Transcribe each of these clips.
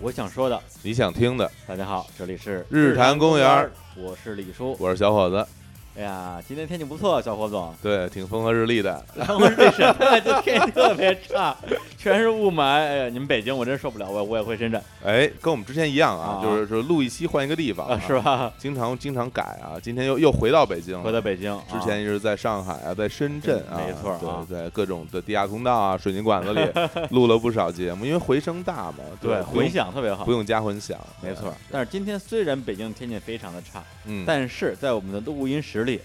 我想说的，你想听的，大家好，这里是日坛公园儿，我是李叔。我是小伙子，。哎呀，今天天气不错，小伙总 对，挺风和日丽的，然后这什么呀？这天气特别差，全是雾霾。哎呀，你们北京我真受不了，我我也回深圳哎，跟我们之前一样啊，啊就是说录一期换一个地方、啊，是？吧？经常经常改啊，今天又又回到北京了，回到北京，之前一直在上海啊，在深圳啊，没错啊对，在各种的地下通道啊、水泥管 子里录了不少节目，因为回声大嘛，啊对不用回响特别好不，用加混响，没错对。但是今天虽然北京天气非常的差，嗯，但是在我们的录音室里，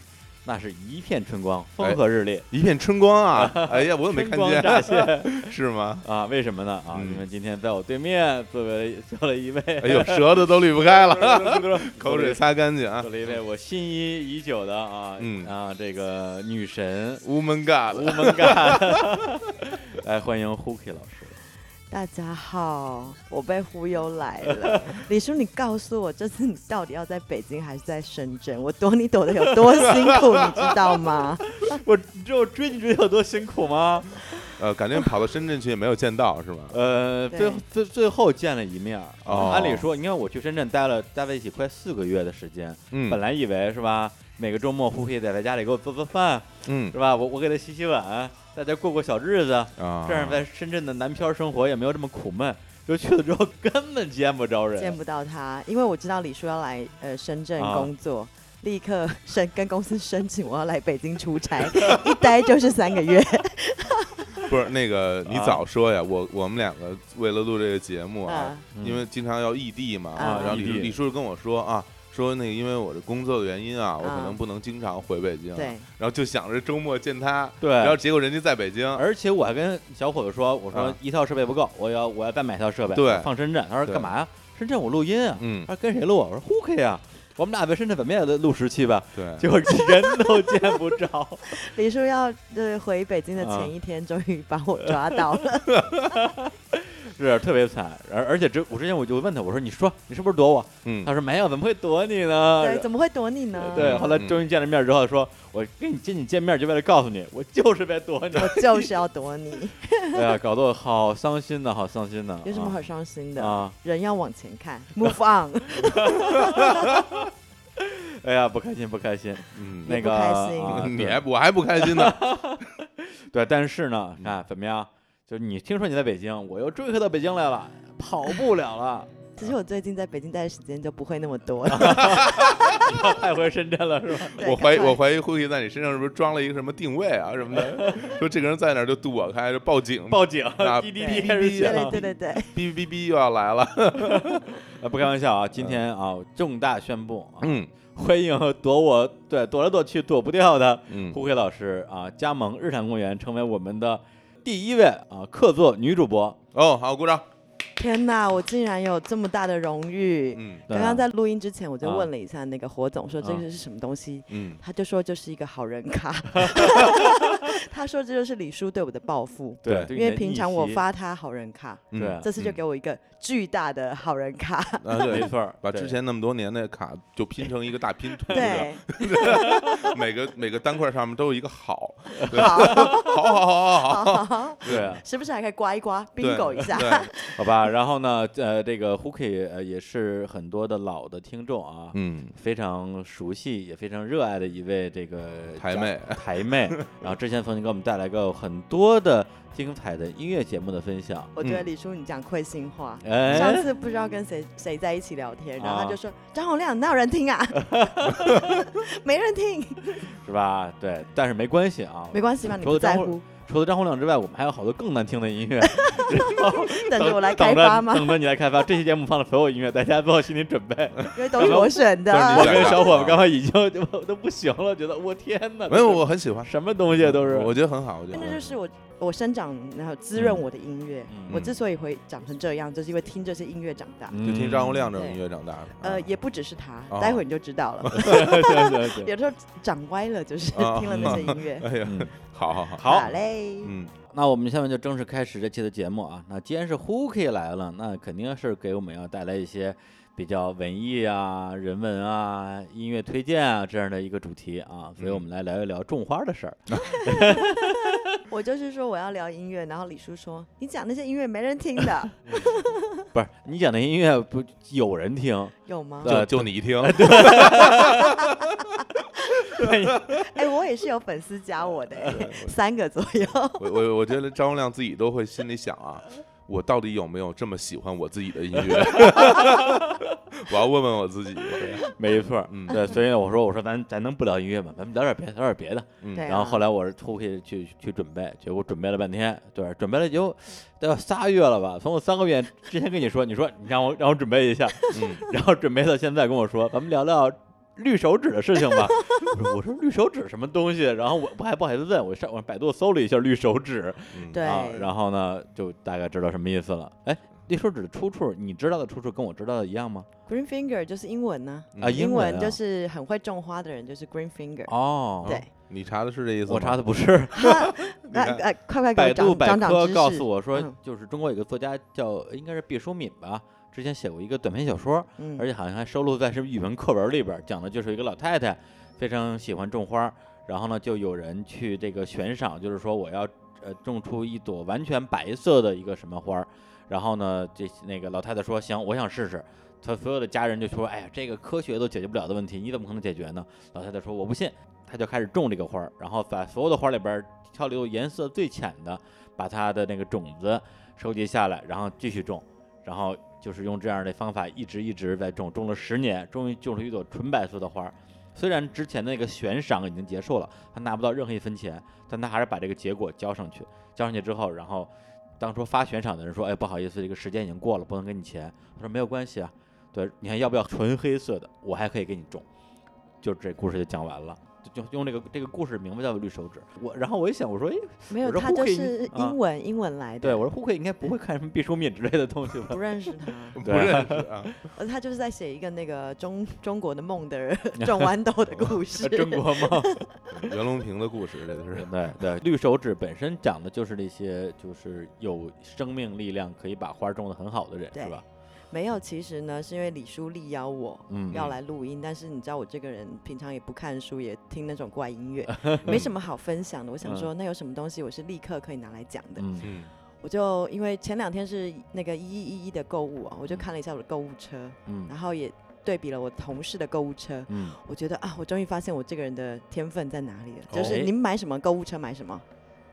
那是一片春光，哎风和日丽，一片春 光啊，哎呀，我怎么没春看光乍见？现。 是吗？啊，为什么呢？啊，嗯因为今天在我对面坐了坐了一 位，哎呦，舌头都捋不开 了，口口水擦 干净啊坐了一位我心仪已久的啊，嗯啊，这个女神，Woman God，乌门 干，来欢迎 Huki 老师。大家好，我被忽悠来了。 李叔，你告诉我，这次你到底要在北京还是在深圳？我躲你躲得有多辛苦，你知 道吗？我你知道我追你追的有多辛苦吗？呃，感觉跑到深圳去也没有见到是吗？呃，最对最最后见了一面儿。哦按理说，你看我去深圳待了待在一起快四个月的时间，本嗯来以为是吧，每个周末 Huki 得在家里给我做做饭，嗯是吧？我我给他洗洗碗，大家过过小日子。啊，这样在深圳的南漂生活也没有这么苦闷。就去了之后根本见不着人，见不到他，因为我知道李叔要来呃深圳啊工作，立刻申跟公司申请我要来北京出 差，一待就是三个月。不是那个，你啊早说呀！我我们两个为了录这个节目啊 啊，嗯因为经常要异地嘛，啊然后李异地李叔就跟我说啊，说那个因为我的工作的原因啊，我可啊能不能经常回北京，对，然后就想着周末见他，对然后结果人家在北京，而且我还跟小伙子说，我说啊一套设备不够，我要我要再买一套设备，对放深圳。他说对干嘛呀？深圳我录音啊。嗯，他说跟谁录啊？我说 Huki 啊。我们俩在深圳怎么也得录十期吧，对，结果人都见不 着。李叔要呃回北京的啊前一天，终于把我抓到了。是特别惨。而而且这我之前我就问他，我说你说你是不是躲我？嗯他，说没有，怎么会躲你呢？ 对，怎么会躲你呢？啊对，嗯后来终于见了面之后说，我跟你跟你见面就为了告诉你，我就是在躲 你。我就是要躲你，对啊，搞得我好伤心呐，好伤心呐！有什么好伤心的？啊？人要往前看，move on。哎呀，不开心，不开心。嗯那不个开心啊你对还我还不开 心呢，对，但是呢，看怎么样？就你听说你在北京，我又追回到北京来了，跑不了 了，其实我最近在北京待的时间就不会那么多了。太回深圳了是吧？ 对啊我怀疑赶快我怀疑胡毅在你身上是不是装了一个什么定位啊什 么的，说这个人在哪儿就躲开，就报警，报警啊，滴滴对滴开始哔哔响。对对对对对，哔哔哔又要来了，呃不开玩笑啊，今天啊，重大宣布啊，嗯欢迎躲我，对，躲来躲去躲不掉的嗯，胡慧老师啊，加盟日坛公园，成为我们的第一位啊客座女主播。哦，好，鼓掌，天哪，我竟然有这么大的荣誉！嗯啊对啊刚刚在录音之前，我就啊问了一下那个火总，说这个是什么东西，嗯，他就说就是一个好人卡。 他说这就是李叔对我的报复，对对啊因你的为平常我逆袭发他好人卡，嗯 对这次就嗯给我一个巨大的好人 卡。啊对没，错儿，把对之前那么多年的卡就拼成一个大拼图，对，吧，每个每个单块上面都有一个 好， 对好，好，好，好， 好，好，对啊，时不时还可以刮一刮对，bingo 一下。对，好吧，然后呢，呃，这个 Hooky 呃也是很多的老的听众啊，嗯，非常熟悉也非常热爱的一位这个台嘉妹台妹，然后之前曾经给我们带来过很多的精彩的音乐节目的分享， 我觉得嗯李叔你讲亏心话。上哎，次不知道跟谁谁在一起聊天，然后啊他就说、张洪亮哪有人听啊，没人听，是吧？对，但是没关系啊，没关系吧，你除了不在张洪乎，除了张洪亮之外，我们还有好多更难听的 音乐，然后等着我来等开着发吗？等着你来开发，这期节目放的所有音乐，大家做好心理准 备。因为都是我选等着我你的，来跟小伙啊子刚才已经就都不行了，觉得我天哪，没有，我很喜欢，什么东西啊都是我觉得很好，我觉那就得，是我我生长然后滋润我的音乐，嗯我之所以会长成这样，就是因为听这些音乐长大。嗯就听张洪亮这种音乐长大的，啊呃，也不只是他，哦待会儿你就知道了。嗯 行行行，有时候长歪了，就是哦 听了那些音乐。 哎呀，嗯好好好，好嘞，嗯，那我们下面就正式开始这期的节目啊。那既然是 Hooky 来了，那肯定是给我们要带来一些比较文艺啊、人文啊、音乐嗯推荐啊这样的一个主题啊。所以我们来聊一聊种花的事儿。我就是说我要聊音乐，然后李叔说你讲那些音乐没人听的，不是你讲的音乐不有人 听？有吗？呃就就 你听， 哎、我也是有粉丝加我呃的、哎三个左右。我我我觉得张洪亮自己都会心里想啊，我到底有没有这么喜欢我自己的音乐？ 我要问问我自己。对没错，嗯对，所以我说我说咱咱能不聊音乐吗？咱们聊点别的，聊点别的。嗯 对然后啊后来我是出去去去准备，结果准备了半天，对，准备了有得有仨月了吧？从我三个月之前跟你说，你说你让我让我准备一下，嗯，然后准备到现在跟我说，咱们聊聊绿手指的事情 吧。我说我说绿手指什么东西？然后我我还不好意思问，我上我百度搜了一下绿手指，嗯对啊，然后呢就大概知道什么意思了。哎，绿手指的出处你知道的出处跟我知道的一样吗？ Green Finger 就是英文呢、啊，嗯英文啊就是很会种花的人，就是 Green Finger。哦，对，你查的是这意思吗？我查的不是。你那看呃，快快给百我度长百长长科知识。告诉我说嗯，就是中国有个作家叫应该是毕淑敏吧，之前写过一个短篇小说，嗯而且好像还收录在是语文课文里边儿，讲的就是一个老太太非常喜欢种花儿，然后呢就有人去这个悬赏，就是说我要呃种出一朵完全白色的一个什么花儿，然后呢这那个老太太说行，我想试试。她所有的家人就说：“哎呀，这个科学都解决不了的问题，你怎么可能解决呢？”老太太说：“我不信。”她就开始种这个花儿，然后把所有的花儿里边儿挑了一个颜色最浅的，把它的那个种子收集下来，然后继续种，然后就是用这样的方法一直一直在种，种了十年，终于种出一朵纯白色的花儿。虽然之前的那个悬赏已经结束了，他拿不到任何一分钱，但他还是把这个结果交上去。交上去之后，然后当初发悬赏的人说：“哎，不好意思，这个时间已经过了，不能给你钱。”他说：“没有关系啊，对，你看要不要纯黑色的？我还可以给你种。”就这故事就讲完了，就就用这个这个故事名字叫做《绿手指》。我然后我一想，我说：“哎，没有，我说他不就会是啊英文、英文来的。对，我说胡慧应该不会看什么毕淑敏之类的东西吧不？认识他， 不认识啊。呃他就是在写一个那个中中国的 梦的种豌豆的故事。 中国梦。袁隆平的故事，这个是。对对，绿手指本身讲的就是那些就是有生命力量，可以把花种得很好的人，对是吧？没有，其实呢，是因为李叔力邀我。嗯，要来录音，但是你知道我这个人平常也不看书，也听那种怪 音乐，没什么好分享的。我想说，那有什么东西我是立刻可以拿来讲的？嗯，嗯，我就因为前两天是那个一一一一的购物啊，我就看了一下我的购物车，嗯然后也对比了我同事的购物车，嗯我觉得啊，我终于发现我这个人的天分在哪里了。就哦是您买什么购物车买 什么，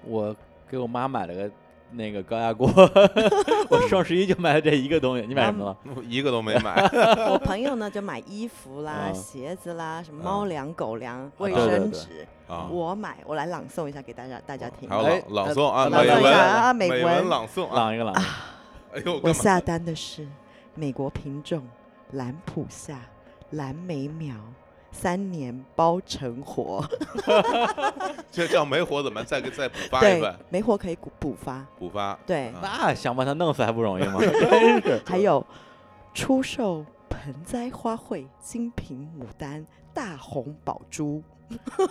我给我妈买了个那个高压 锅，我双十一就买了这一个东西。你买什么了？我 一个都没买。我朋友呢就买衣服啦、嗯鞋子啦、什么嗯猫粮、狗粮、卫对对生对纸，啊，我买，我来朗诵一下给大家大家听还。有哎朗朗诵啊，朗美诵一下啊美美文朗诵啊。朗一个朗一个，哎呦，我干嘛？下单的是美国品种蓝普夏蓝莓苗，三年包成活。这叫没火怎么再给再补发一对份？，没货可以补补发。补发。对，啊那想把它弄死还不容易 吗？真 是。还有出售盆栽花卉、精品牡丹、大红宝珠，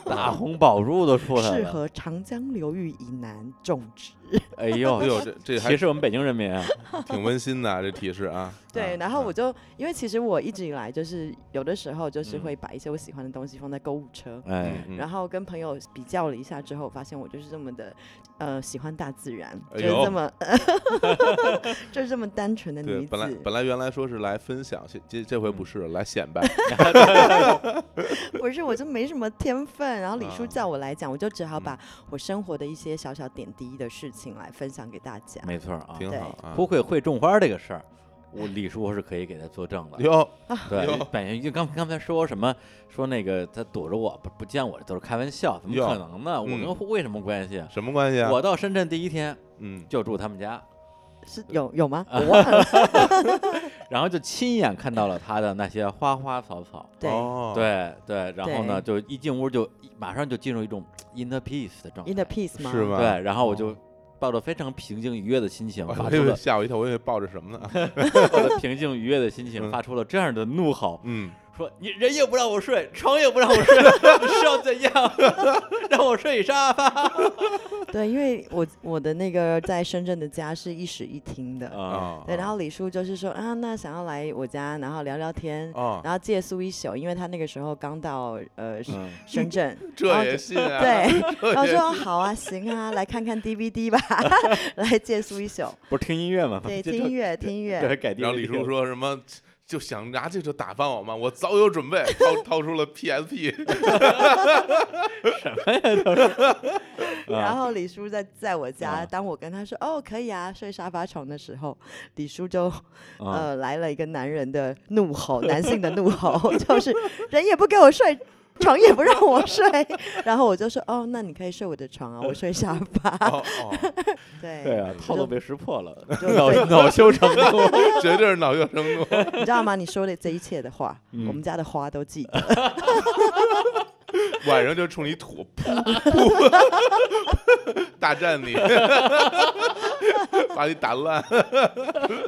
大红宝珠都出来适了，合长江流域以南种植。哎哎呦，呦，这这歧还视我们北京人民啊。挺温馨的啊，这提示啊。 对，啊然后啊我就因为其实我一直以来就是有的时候就是嗯会把一些我喜欢的东西放在购物车。哎，嗯然后跟朋友比较了一下之后，发现我就是这么的，呃，喜欢大自然，哎就是呦这么， 就是这么单纯的对，女子。本来本来原来说是来分享，这这这回不是来显摆。 不是，我就没什么天分。然后李叔啊叫我来讲，我就只好嗯把我生活的一些小小点滴的事情来分享给大家。没错啊，嗯挺好啊。胡慧会种花这个事儿，我李叔是可以给他作 证的。哟， 对哟，本因就刚刚才说什么说那个他躲着我不不见我，都是开玩笑，怎么哟可能呢？我嗯跟护卫什么关系？啊？什么关系啊？我到深圳第一天嗯，就住他们家，呃是有 有吗？我忘了。然后就亲眼看到了他的那些花花草草。对哦，对对，然后呢，对就一进屋就马上就进入一种 in the peace 的状态。 ，In the peace 吗？是吗？对，然后我就哦抱着非常平静愉悦的心情，我发以出为了吓我一跳，我以为抱着什么呢？抱着平静愉悦的心情，嗯发出了这样的怒吼：嗯，说你人也不让我睡，床也不让我睡， 你是要怎样？ 让我睡沙发对，因为我我的那个在深圳的家是一室一厅的，啊？啊，对，然后李叔就是说啊，那想要来我家，然后聊聊天，啊，然后借宿一宿，因为他那个时候刚到呃深嗯，深圳，然这后也信啊？对，这然后也说好啊，行啊，来看看 DVD 吧， 来借宿一 宿，不是听音乐吗？ 对，这听音，乐，听音这这乐，还改地。然后李叔说什么？就想拿这个打发我吗？我早有准备， 掏掏出了 PSP 然后李叔在在我啊家，当我跟他说哦可以啊，睡沙发床的时候，李叔就啊，呃来了一个男人的怒吼，男性的怒吼， 就是人也不给我睡。床也不让我睡，然后我就说哦，那你可以睡我的床啊，我睡沙发。哦，哦，对，对啊，套我路就被识破了，就恼对 恼羞成怒。绝对是恼羞成怒。你知道吗？你说的这一切的话，嗯我们家的花都记得。晚上就冲你吐，噗噗， 大战你，把你打烂。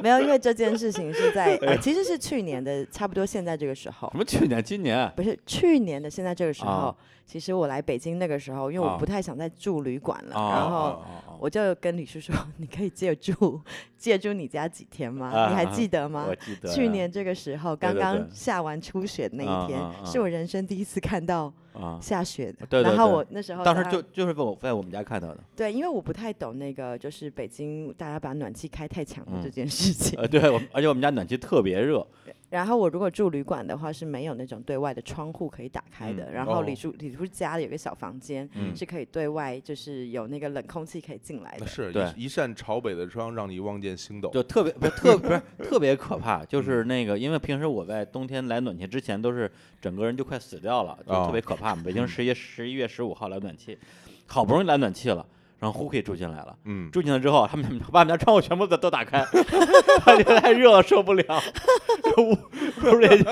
没有，因为这件事情是 在、呃、其实是去年的差不多现在这个时候 什，么去年、今年？不是去年的现在这个时候。啊其实我来北京那个时候，因为啊我不太想再住旅馆了，哦然哦后哦哦我就跟李叔说：“你可以借住 借住你家几天吗？啊你还啊记得吗？”我记得去年这个时候，对刚对刚对下完初雪那一天，啊啊啊是我人生第一次看到啊，下雪的。对对然后对我那时候当时在就就是我在我们家看到的。对，因为我不太懂那个，就是北京大家把暖气开太强嗯的这件事情。呃，对，我 们而且我们家暖气特别热，然后我如果住旅馆的话，是没有那种对外的窗户可以打开的。嗯然后哦李叔、李叔家有个小房间、嗯是可以对外，就是有那个冷空气可以进来的。是对一一扇朝北的窗，让你望见星斗。就特别不是特不是特别可怕，就是那个，因为平时我在冬天来暖气之前都是整个人就快死掉了，就哦特别可怕嘛。北京十一十一月十五号来暖气，好不容易来暖气了，然后 Huki 住进来了。嗯，住进来之后，他们把我们家窗户全部都都打开， 他觉得太热了受不了，屋屋里就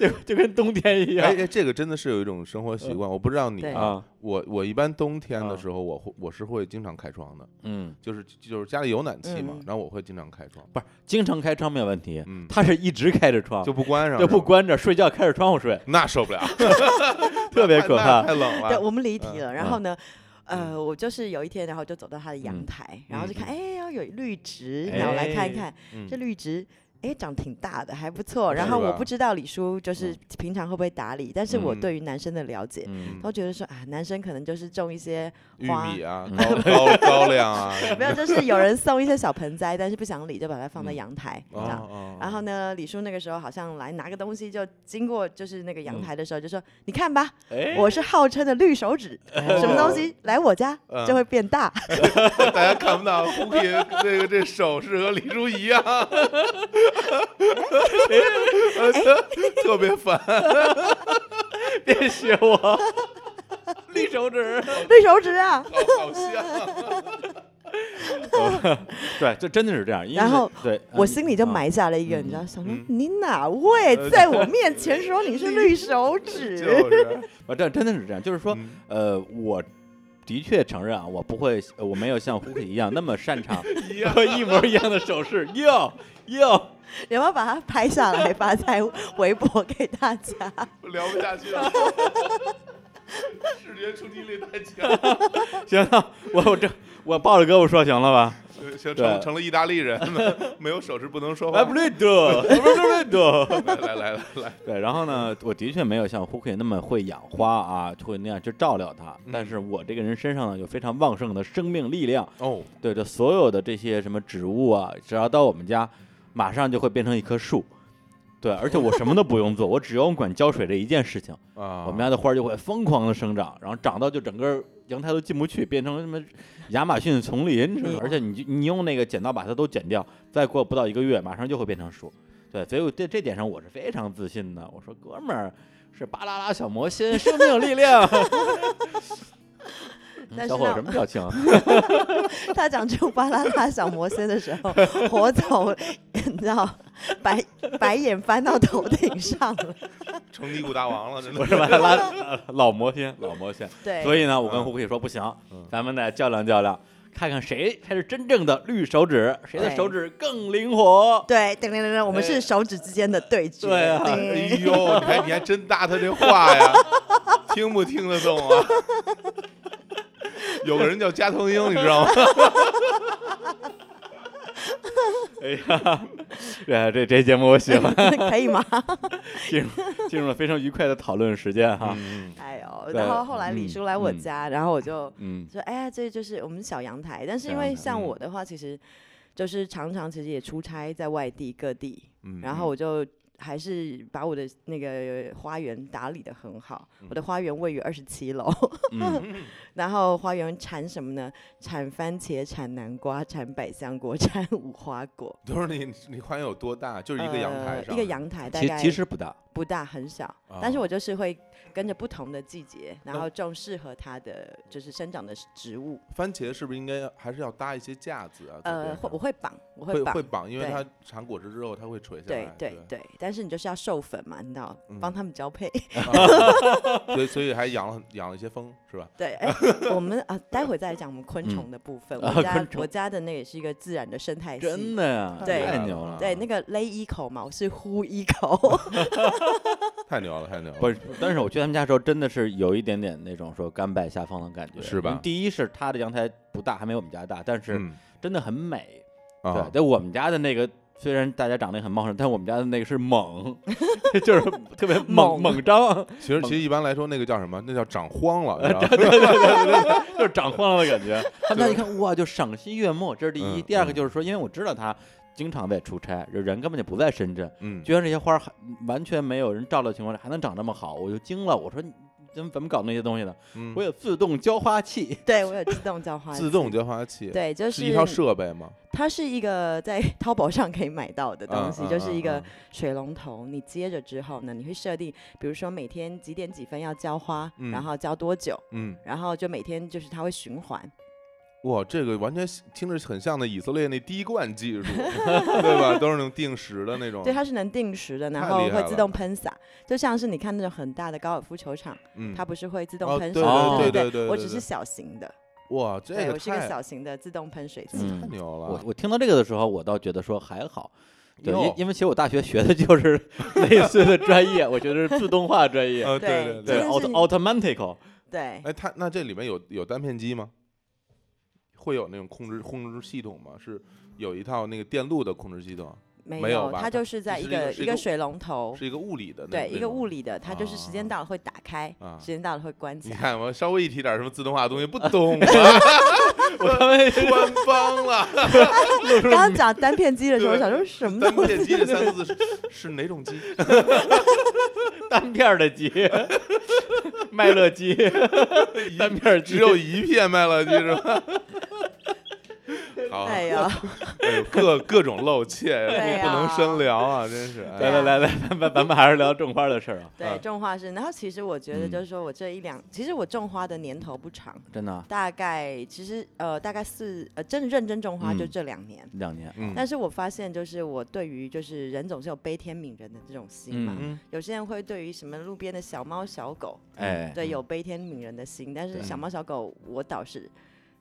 就就跟冬天一哎样哎，这个真的是有一种生活习惯，我不知道你对啊。啊，我我一般冬天啊的时候，我会我是会经常开窗的，嗯，就是就是家里有暖气嘛嗯，然后我会经常开窗，不是经常开窗没有问题，嗯，他是一直开着窗，就不关上，就不是吧，关着，睡觉开着窗户睡，那受 不了，特别太可那怕。太冷对，了。我们离题嗯了。然后呢，呃，我就是有一天，然后就走到他的嗯阳台，然后就看，嗯哎，有绿植，然后来看一哎看，嗯这绿植。哎，长挺大的，还不错。然是后我吧不知道李叔就是嗯平常会不会打理，但是我嗯对于男生的了解，嗯，都觉得说啊，男生可能就是种一些玉花米啊，嗯高高高 粱啊，没有，就是有人送一些小盆栽，但是不想理，就把它放在嗯阳台、哦这样。哦然后哦呢，李叔那个时候好像来拿个东西，就经过就是那个嗯阳台的时候，就说：“你看吧，哎嗯我是号称的绿 手指，什么东西来我家嗯就会变大。大家看不到 Cookie 这个这手是和李叔一样，哎 特别烦。别学我，绿手指。绿手指啊！”好好像， 对，这真的是这样。因为然后对，嗯我心里就埋下了一个，嗯你知道，想说嗯呃你哪位在我面前说你是 绿手指？是，啊，这真的是这样，就是说，嗯呃，我的确承认啊，我不会，呃我没有像胡 u 一样那么擅长一样做 一模一样的手势。 哟哟，有没有把它拍下来发在微博给大 家？聊不下 去了，视觉冲击力太强了，行了，我我这我抱着胳膊说行了吧？对成成成了意大利人，没有手势不能说哎，话不。对的，不对的。来来来来来，对，然后呢，我的确没有像胡 u 那么会养花啊，会那样去照料它。但嗯是我这个人身上呢，有非常旺盛的生命力量。哦，对，这所有的这些什么植物啊，只要到我们家，马上就会变成一棵树。对，而且我什么都不用做，我只用管浇水这一件事情，啊，我们家的花儿就会疯狂的生长，然后长到就整个阳台都进不去，变成什么亚马逊丛林似的。啊而且你就你用那个剪刀把它都剪掉，再过不到一个月，马上就会变成树。对，所以我对这点上我是非常自信的。我说哥们儿是巴啦啦小魔仙，生命有力量。 但小是伙呢什么表情啊？他讲出巴啦啦小魔仙的时候，火总 你知道白白眼翻到头顶上了。成尼古大王了，真不的是巴啦啦，老魔仙，老魔仙。对，所以呢，我跟嗯胡可以说不行嗯，咱们得较量较量，看看谁才是真正的绿手指，谁的对手指更灵活。对，噔噔噔噔，我们是手指之间的对决。对啊哎叮呦，你还你还真搭他这话呀，听不听得懂啊？ 有个人叫加藤鹰，你知道吗？哎呀，这这这节目我喜欢， 可以吗？进入进入了非常愉快的讨论时间哈。嗯，哎呦，对然后后来李嗯叔来我嗯家，然后我就嗯说，哎呀，这就是我们小阳台。但是小因阳台为像嗯我的话，其实就是常常其实也出差在外地各地，嗯然后我就还是把我的那个花园打理的很好。嗯我的花园位于二十七楼，嗯， 然后花园产什么呢？产番茄、产南瓜、产百香果、 产无花果。都是你你花园有多大？就是一个阳台呃上，一个阳台大其概其实不大，不大，很小。但是哦我就是会跟着不同的季节，然那后种适合它的就是生长的植物。番茄是不是应该还是要搭一些架子啊？在呃，边会上我会绑，我会绑。绑，因为对它产果实之后它会垂下对来。对对，但是你就是要授粉嘛，你知道，帮嗯他们交配。 啊所以所以还养了养了一些蜂是吧？ 对，哎，我们啊，待会再讲我们昆嗯虫的部分。啊我家昆虫我家的那也是一个自然的生态系。真的呀，对太牛了。啊对，那个勒一口毛是呼一口， 太牛了，太牛了！不是，但是我去他们家的时候，真的是有一点点那种说甘拜下风的感觉，是吧因为第一是他的阳台不大，还没我们家大，但是嗯真的很美。对啊，，但我们家的那个虽然大家长得很茂盛，但我们家的那个是猛， 就是特别猛猛猛张，其实嗯其实一般来说那个叫什么？那叫长 荒了，你知道吗就是长荒了的感 觉。他们家一看，哇，就赏心悦目，这是第一。嗯第二个嗯就是说，因为我知道他经常在出差，人根本就不在深圳，嗯，居然这些花儿还完全没有人照料的情况下还能长这么好，我就惊了。我说你怎么怎么搞那些东西的？嗯我有自动浇花 器，对我有自动浇花器。自动浇花器，对，就是一套设备吗？它是一个在 淘宝上可以买到的东西，嗯就是一个嗯水龙头。你接着之后呢，你会设定，比如说每天几点几分要浇花，嗯然后浇多久，嗯，然后就每天就是它会循环。嗯哇，这个完全听着很像那以色列那滴灌技术，对吧？都是那种定时的那种。对，它是能定时的，哦太然后厉害会了自动喷洒，就像是你看那种很大的高尔夫球场，嗯，它不是会自哦动喷对水吗？对对对对对我对只对是小型的，哇，这对个我是一个太小型的自动喷水器。嗯太牛我了。我听到这个的时候，我倒觉得说还好，对，因哟因为其实我大学学的就是 类似的专业，我觉得是自动化专业，呃，对对对真的是，auto automatical，对，哎，它那这里面有有单片机吗？会有那种控制控制系统吗？是有一套那个电路的控制系统，没没有有，吧它它就是在是一一个个是一一个个水龙头，是一个物理的那。对，一个物理。理的，它就是时间到了会打开啊，时间到了会关起你来。看，我稍微一提点什么自动化的东西， 不懂啊，我他们官方 了。刚刚讲单片机的时候，我对想说什么单东片西？机这三个字是是哪种机？ 单片儿的鸡， 麦乐鸡，单片儿鸡只有一片麦乐鸡是 吧？好，哎呀，哎呦各各种露怯，对不能呀深聊啊，真是。哎来来来来，咱们咱们还是聊种花的事儿啊，啊对，种花是。然后其实我觉得，嗯就是说我这一两，其实我种花的年头不长，真的啊大概其实呃大概四呃真的认真种花就嗯这两年。两年，嗯但是我发现，就是我对于就是人总是有悲天悯人的这种心嘛。嗯嗯，有些人会对于什么路边的小猫小狗，嗯哎，对，有悲天悯人的心，但是对小猫小狗我倒是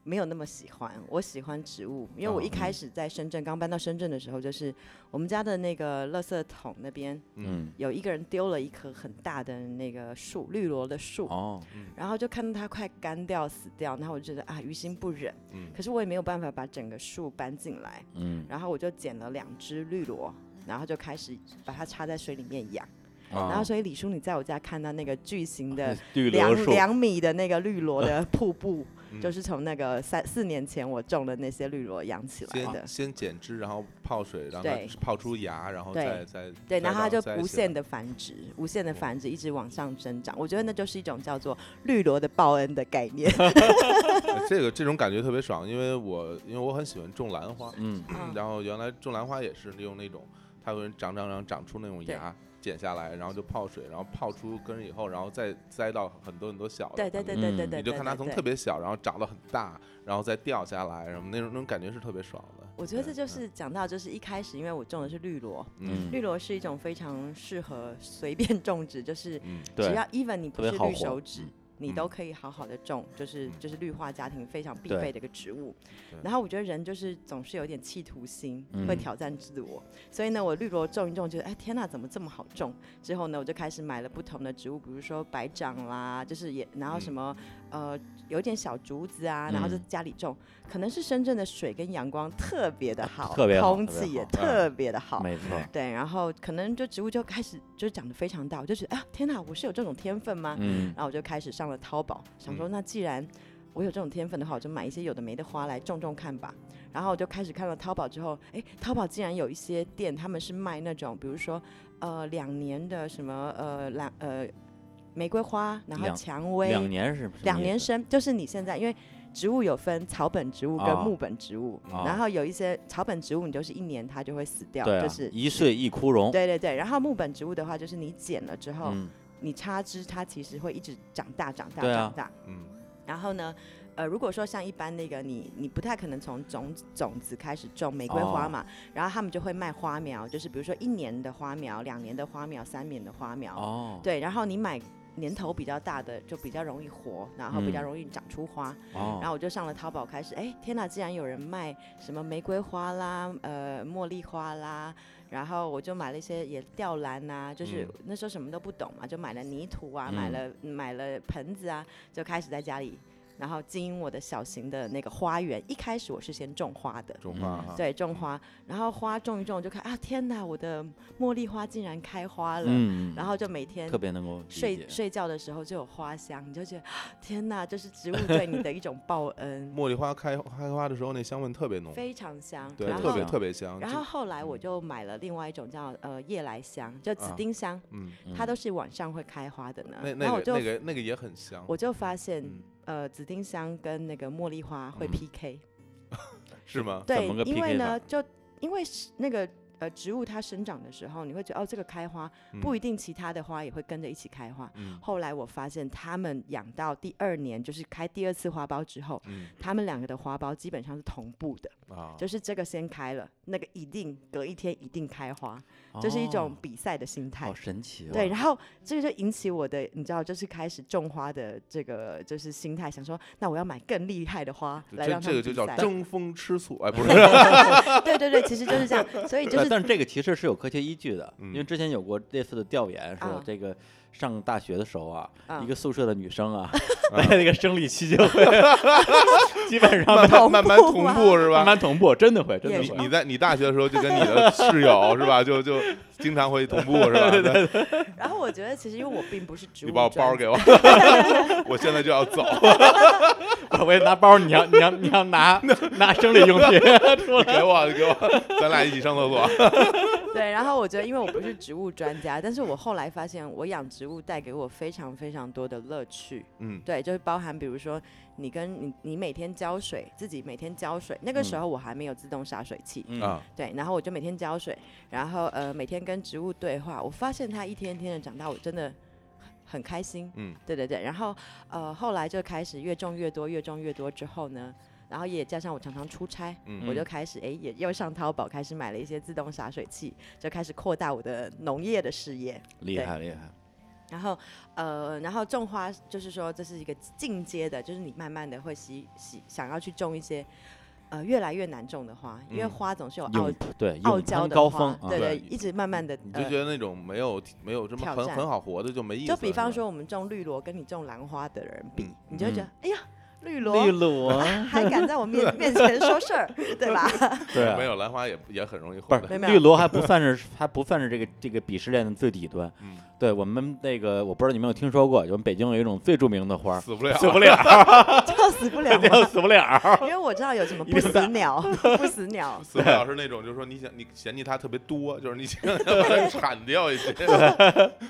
没有那么喜欢，我喜欢植物，因为我哦一嗯开始在深圳刚搬到深圳的时候，就是我们家的那个垃圾桶那边嗯，有一个人丢了一棵很大的那个树，绿萝的树。哦，然后就看到它快干掉、死掉，然后我就觉得啊，于心不忍。嗯可是我也没有办法把整个树搬进来，嗯，然后我就捡了两只绿萝，然后就开始把它插在水里面养。啊然哦后所以李叔，你在我家看到那个巨 型的绿两柳树，两米的那个绿萝的瀑布，嗯就是从那个三四年前我种的那些绿萝养起来的先。先剪枝，然后泡水，然后对泡出芽，然后对再再再对，然后它到就再无起来限的繁殖，无限哦的繁殖，一直往上生长。我觉得嗯那就是一种叫做绿萝的报恩的概念。 哎这个这种感觉特别爽，因为我因为我很喜欢种兰花，嗯，嗯然后原来种兰花也是利用那种它会长长长长出那种芽，剪下来，然后就泡水，然后泡出根以后，然后再栽到很多很多小的。对对对嗯对对对，你就看它从对特。别小，然后长到很大，然后再掉下来，什么那种那种感觉是特别爽的。我觉得这对就是讲到，就是一开始，因为我种的是绿萝，嗯绿萝是一种非常适合随便种植，就是嗯只对，要 even 你不特别是好绿活手指，你嗯都可以好好的种，就是嗯就是绿化家庭非常必对备的一个植物对。然后我觉得人就是总是有点企图心，嗯会挑战自我，所以呢，我绿萝种一种，觉得哎天呐，怎么这么好种？之后呢，我就开始买了不同的植物，比如说白掌啦，就是也然后什么、呃有点小竹子啊，然后就嗯家里种。可能是深圳的水跟阳光特别的好，啊特别好空特别气也好嗯特别的好。没错，对，然后可能就植物就开始就长得非常大，我就觉得啊，天哪，我是有这种天分吗？嗯，然后我就开始上了淘宝，想说嗯那既然我有这种天分的话，我就买一些有的没的花来种种看吧。然后我就开始看了淘宝之后，哎，淘宝竟然有一些店他们是卖那种，比如说呃两年的什么呃兰呃玫瑰花，然后两蔷薇，两年是什么两意年思啊生，就是你现在，因为植物有分草本植物跟哦木本植物，嗯哦然后有一些草本植物你就是一年它就会死掉，对啊，就是一岁一枯荣，对对对，然后木本植物的话就是你剪了之后，嗯，你插枝它其实会一直长大长大对啊长大，嗯然后呢。呃，如果说像一般那个你，你不太可能从种子种子开始种玫瑰花哦嘛，然后他们就会卖花苗，就是比如说一年的花苗、两年的花苗、三年的花苗，哦，对，然后你买年头比较大的就比较容易活，然后比较嗯容易长出花，哦，然后我就上了淘宝，开始哎，天哪，竟然有人卖什么玫瑰花啦，呃，茉莉花啦，然后我就买了一些也吊兰呐、就是嗯那时候什么都不懂嘛，就买了泥土啊，买嗯了买了盆子啊，就开始在家里，然后经营我的小型的那个花园。一开始我是先种花的。种花嗯哈，对，种花，然后花种一种，我就看啊，天哪，我的茉莉花竟然开花了，嗯，然后就每天特别能够理睡解睡觉的时候就有花香，你就觉得天哪，这是植物对你的一种报 恩，茉莉花开开花的时候，那香味特别浓，非常香。对，然特后别特别香。然就嗯后后来我就买了另外一种叫呃夜来香，叫紫啊丁香，嗯，它嗯都是晚上会开花的呢。那然后那我个就、那个那个也很香。我就发现、嗯，呃紫丁香跟那个茉莉花会嗯 PK，、是吗？对怎么个，因为 PK 呢就因为是那个。呃，植物它生长的时候，你会觉得哦，这个开花不一定，其他的花也会跟着一起开花。嗯后来我发现，他们养到第二年，就是开第二次花苞之后，嗯他们两个的花苞基本上是同步的，啊，就是这个先开了，那个一定隔一天一定开花，这是一种比赛的心哦态。好神奇哦，对，然后这个就引起我的，你知道，就是开始种花的这个就是心态，想说，那我要买更厉害的花来这让这个就他们叫比赛争风吃醋，哎，不是，对 对对，其实就是这样，所以就呃 是但是这个其实是有科学依据的，因为嗯之前有过类似的调研，说啊这个上大学的时候啊，啊一个宿舍的女生 啊，啊在那个生理期就 会基本上慢慢同慢慢步同啊步是慢吧？慢同步，真的会，真的也会。你你在你大学的时候就跟你的室友是吧？就就经常会同步是吧？对然后我觉得其实因为我并不是植物你专，把我包给我， 我现在就要 走， 我也拿包，你要你要你要 拿拿生理用品出来。给我给我，咱俩一起上厕 所。对，然后我觉得，因为我不是植物专家，但是我后来发现，我养植物带给我非常非常多的乐趣。嗯对，就是包含比如说，你跟你你每天浇水，自己每天浇水，那个时嗯候我还没有自动洒水器，嗯，啊，对，然后我就每天浇水，然后呃每天跟植物对话，我发现它一天天的长大，我真的很开心。嗯对对对，然后呃后来就开始越种越多，越种越多之后呢，然后也加上我常常出差，嗯我就开始哎也又上淘宝开始买了一些自动洒水器，就开始扩大我的农业的事业。 厉对害厉害，然后呃，然后种花就是说这是一个进阶的，就是你慢慢的会喜喜想要去种一些呃越来越难种的花，因为嗯花总是有哦傲永对傲永娇攀的高花峰，啊对对对，一直慢慢的你就呃觉。得那种没有没有什么挑很战很好活的就没意思就了。比方是吧，说，我们种绿萝跟你种兰花的人比嗯，你就会觉得，哎呀，绿 萝绿 萝还敢在我面面前说事儿，对吧？ 对啊没有兰花也也很容易不活是的。没有没有绿 萝还不算是还不算是这个这个鄙视链的最底端。嗯，对我们那个我不知道你们有听说过，我们北京有一种最著名的花儿，死不了，死不了，就 死不了这嘛叫死不 了。因为我知道有什么一不定死鸟， 不死鸟，死不了是那种，就是说你想你嫌弃它特别多，就是你想把它铲掉 一些，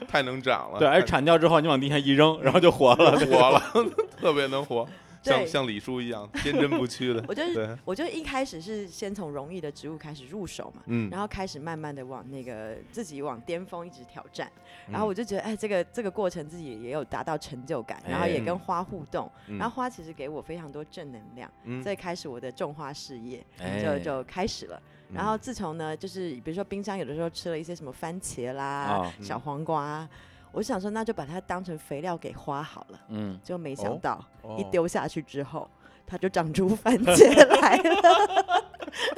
太能长了，对，而太铲掉之后你往地下一扔，然后就活了。活了， 特别能活，像对像李叔一样坚贞不屈的。我就是对，我就一开始是先从容易的植物开始入手嘛，嗯然后开始慢慢的往那个自己往巅峰一直挑战，然后嗯我就觉得哎，这个这个过程自己也有达到成就感，然后也哎跟花互动，嗯然后花其实给我非常多正能量，嗯所以开始我的种花事业哎嗯就就开始了。然嗯后哦嗯自从呢，就是比如说冰箱有的时候吃了一些什么番茄啦、啊，小黄瓜。我想说那就把它当成肥料给花好了，嗯，结果没哦想到、哦一丢下去之后，它就长出番茄来了。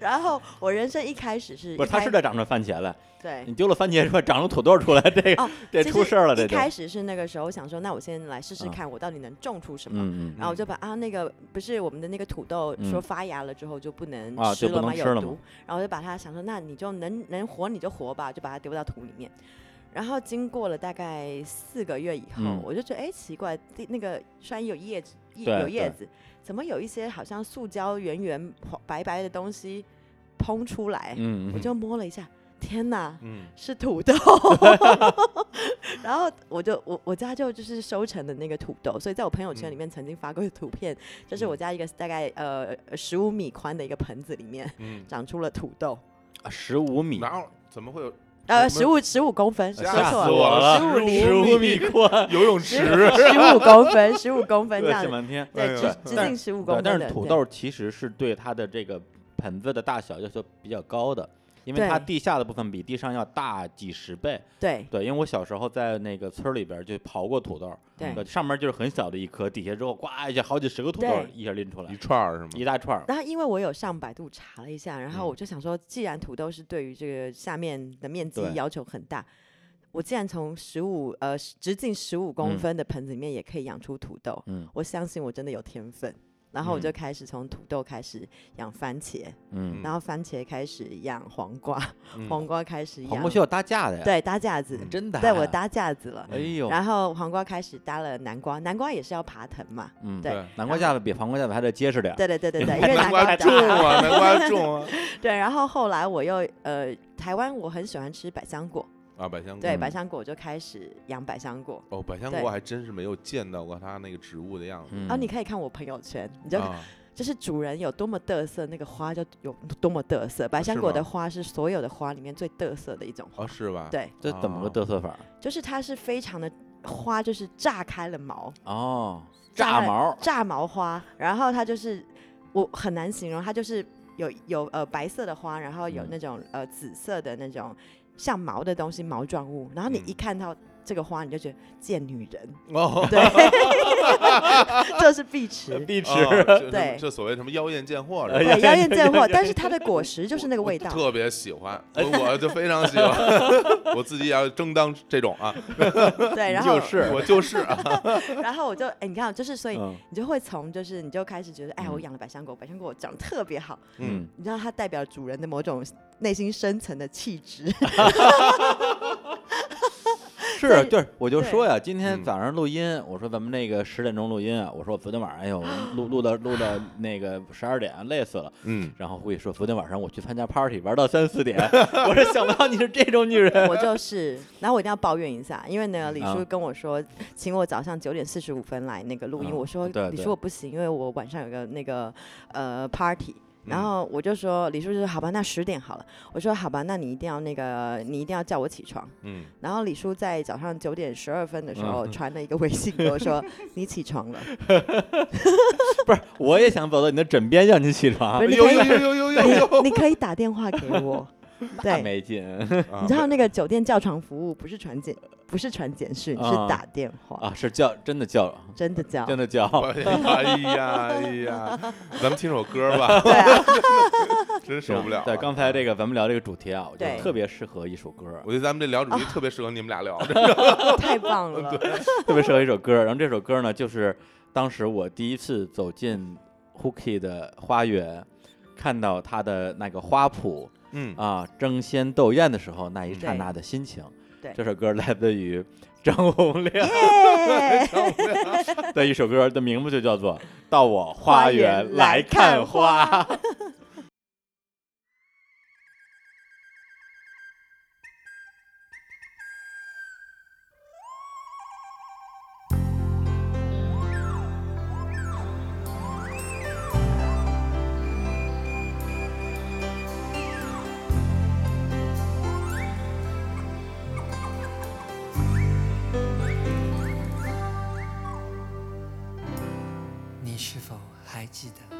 然后我人生一开始是不一是，它开是在长着番茄了，对你丢了番茄是吧？长出土豆出来，这个、哦这其出实事儿了，这一就开始是那个时候想说，那我先来试试嗯看，我到底能种出什么。嗯然后我就把啊那个不是我们的那个土豆嗯说发芽了之后就不能啊吃就不了能吗？吃了有吗毒。然后我就把它想说，那你就能能活你就活吧，就把它丢到土里面。然后经过了大概四个月以后，嗯我就觉得哎奇怪，地那个虽然有叶子对叶有叶对子，怎么有一些好像塑胶圆圆黄白白的东西蓬出来？嗯，嗯我嗯就摸了一下，天哪！嗯，是 土豆， 然后我就我我家就就是收成的那个土豆，所以在我朋友圈嗯里面曾经发过的图片，就是我家一个大概呃十五米宽的一个盆子里面嗯，长出了土豆，嗯十五米，哪有怎么会有呃什十么五十五公分，说吓吓错死我我了了， 15厘十五米宽，游泳池？ 十五公分，十五公分这对，样谢子，满天。哎呀对，直对直径十五对，公分但的是土对豆其实是对它的这个盆子的大小要求比较高的，因为它对地下的部分比地上要大几十倍。对对，因为我小时候在那个村儿里边儿就刨过土豆，对对，上面就是很小的一颗，底下之后呱一下好几十个土豆对一下拎出来一，串儿是吗？一大串儿。然后因为我有上百度查了一下，然后嗯我就想说，既然土豆是对于这个下面的面积对要求很大，我既然从十五呃直径十五公嗯分的盆子里面也可以养出土豆，嗯我相信我真的有天分。然后我就嗯开始从土豆开始养番茄，嗯，然后番茄开始养黄瓜，嗯黄瓜开始养黄瓜需要搭架的呀，对搭架子，真的啊， 对我搭架子了。哎呦，然后黄瓜开始搭了南瓜，南瓜也是要爬藤嘛，嗯，对南瓜架子比黄瓜架子还得结实点儿。对对对对 对，因为南南瓜瓜比较重大啊，南瓜重啊！对，然后后来我又呃，台湾我很喜欢吃百香果，啊，百香果对，嗯百香果我就开始养百香果。哦，百香对果还真是没有见到过它那个植物的样子。嗯然哦后你可以看我朋友圈，你就、啊，就是主人有多么得瑟，那个花就有多么得瑟。百香是果吗的花是所有的花里面最得瑟的一种花，哦，是吧？，对，这怎么个嘚瑟法儿？就是它是非常的花，就是炸开了毛，哦，炸炸了毛，炸毛花，然后它就是我很难形容，它就是有有呃白色的花，然后有嗯那种、呃紫色的那种像毛的东西，毛状物，然后你嗯一看到。这个花你就觉得贱女人， 哦，对，这是呃 碧池，碧池哦就对就所谓什么妖艳贱货是吧哎对呀，妖艳贱货，但是它的果实就是那个我味道，哎特别喜欢，我我就非常喜欢， 我自己也要争当这种啊，对，然就后是我就是啊， 然后我就哎，你看，就是所以嗯你就会从就是你就开始觉得，哎，我嗯养了百香果，百香果长得特别好，嗯，你知道它代表主人的某种内心深层的气质，是在就是，我就对说呀，今天嗯早上录音，我说咱们那个十点钟录音啊，我说我昨天晚上哎 呦录录到录到那个十二点，累死了。嗯，然后会说昨天晚上我去参加 party，玩到三 四点，我说想不到你是这种女人。我就是，然后我一定要抱怨一下，因为呢，李嗯叔跟我说，请我早上九点四十五分来那个录音，嗯我说对李对叔我不行，因为我晚上有个那个呃 party。嗯然后我就说，李叔就说好吧，那十点好了。我说好吧，那你一定要那个，你一定要叫我起床。嗯，然后李叔在早上九点十二分的时候嗯传了一个微信给我说：“你起床了。不是，我也想走到你的枕边让你起床不呦是，嗯哎你呦可以呦呦哎呦呦，你可以打电话给 我。那对，没劲啊哎你知道那个酒店叫床服务不是传简，不是传简讯，是啊打电话，啊，是叫真的叫真的叫。真的叫，哎呀哎 呀，咱们听首歌吧，对啊，真受不了啊了。对，刚才这个咱们聊这个主题啊，我觉得对特别适合一首歌儿，啊我觉得咱们这聊主哦题特别适合你们 俩聊，太棒 了。特别适合一首歌儿。然后这首歌呢，就是当时我第一次走进 Hooky 的花园，看到他的那个花圃嗯，啊争先斗艳的时候，那一嗯刹那的心情。对这首歌来自于张洪 亮耶的一首歌，的名字就叫做《到我花 花园园来来看看花》花。你是否还记得，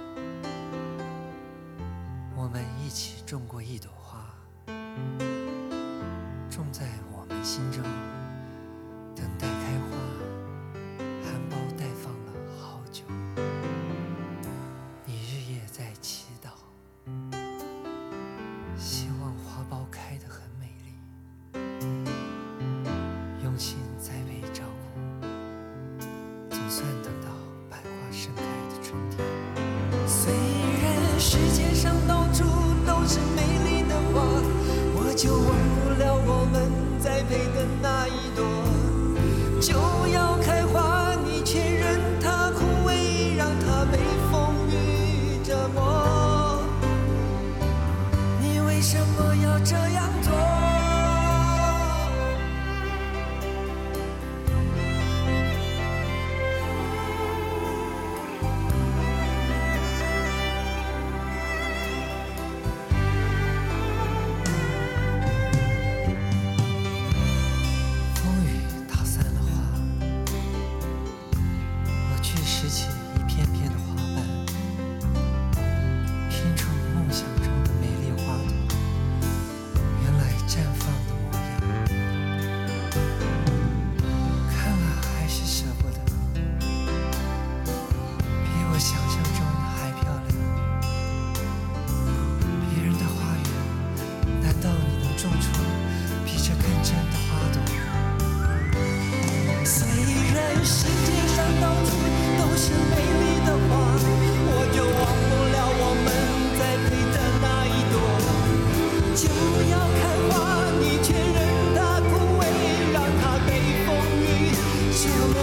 我们一起种过一朵花，种在我们心中们栽培的那一朵，就要开花，你却任它枯萎，让它被风雨折磨。你为什么要这样做？风雨打散了花，我去拾起一片片的花瓣，拼出梦想中的美丽花朵，原来绽放的模样。看了还是舍不得，比我想象中的还漂亮。别人的花园，难道你能种出比这更真的花朵？虽然世界上到处都是美丽的花，我就忘不了我们栽培的那一朵。就要开花，你却任它枯萎，让它被风雨折磨。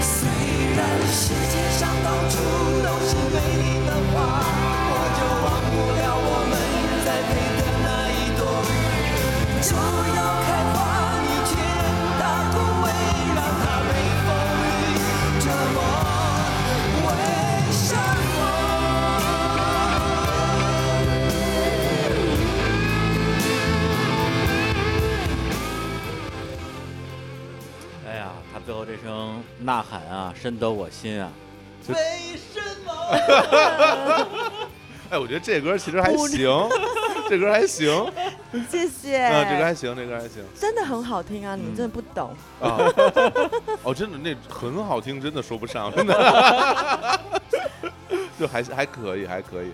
虽然世界上到处都是美丽的花，我就忘不了我们栽培的那一朵。就要开花，你却让它枯萎，让它被风雨折磨。为什么？哎呀，他最后这声呐喊啊，深得我心啊！为什么？哎，我觉得这歌其实还哭着行，这歌还行， 谢谢，啊，这歌还行，这歌还行真的很好听啊！嗯你们真的不懂， 啊。哦，真的，那很好听，真的说不上，真的。 就还还可以，还可以。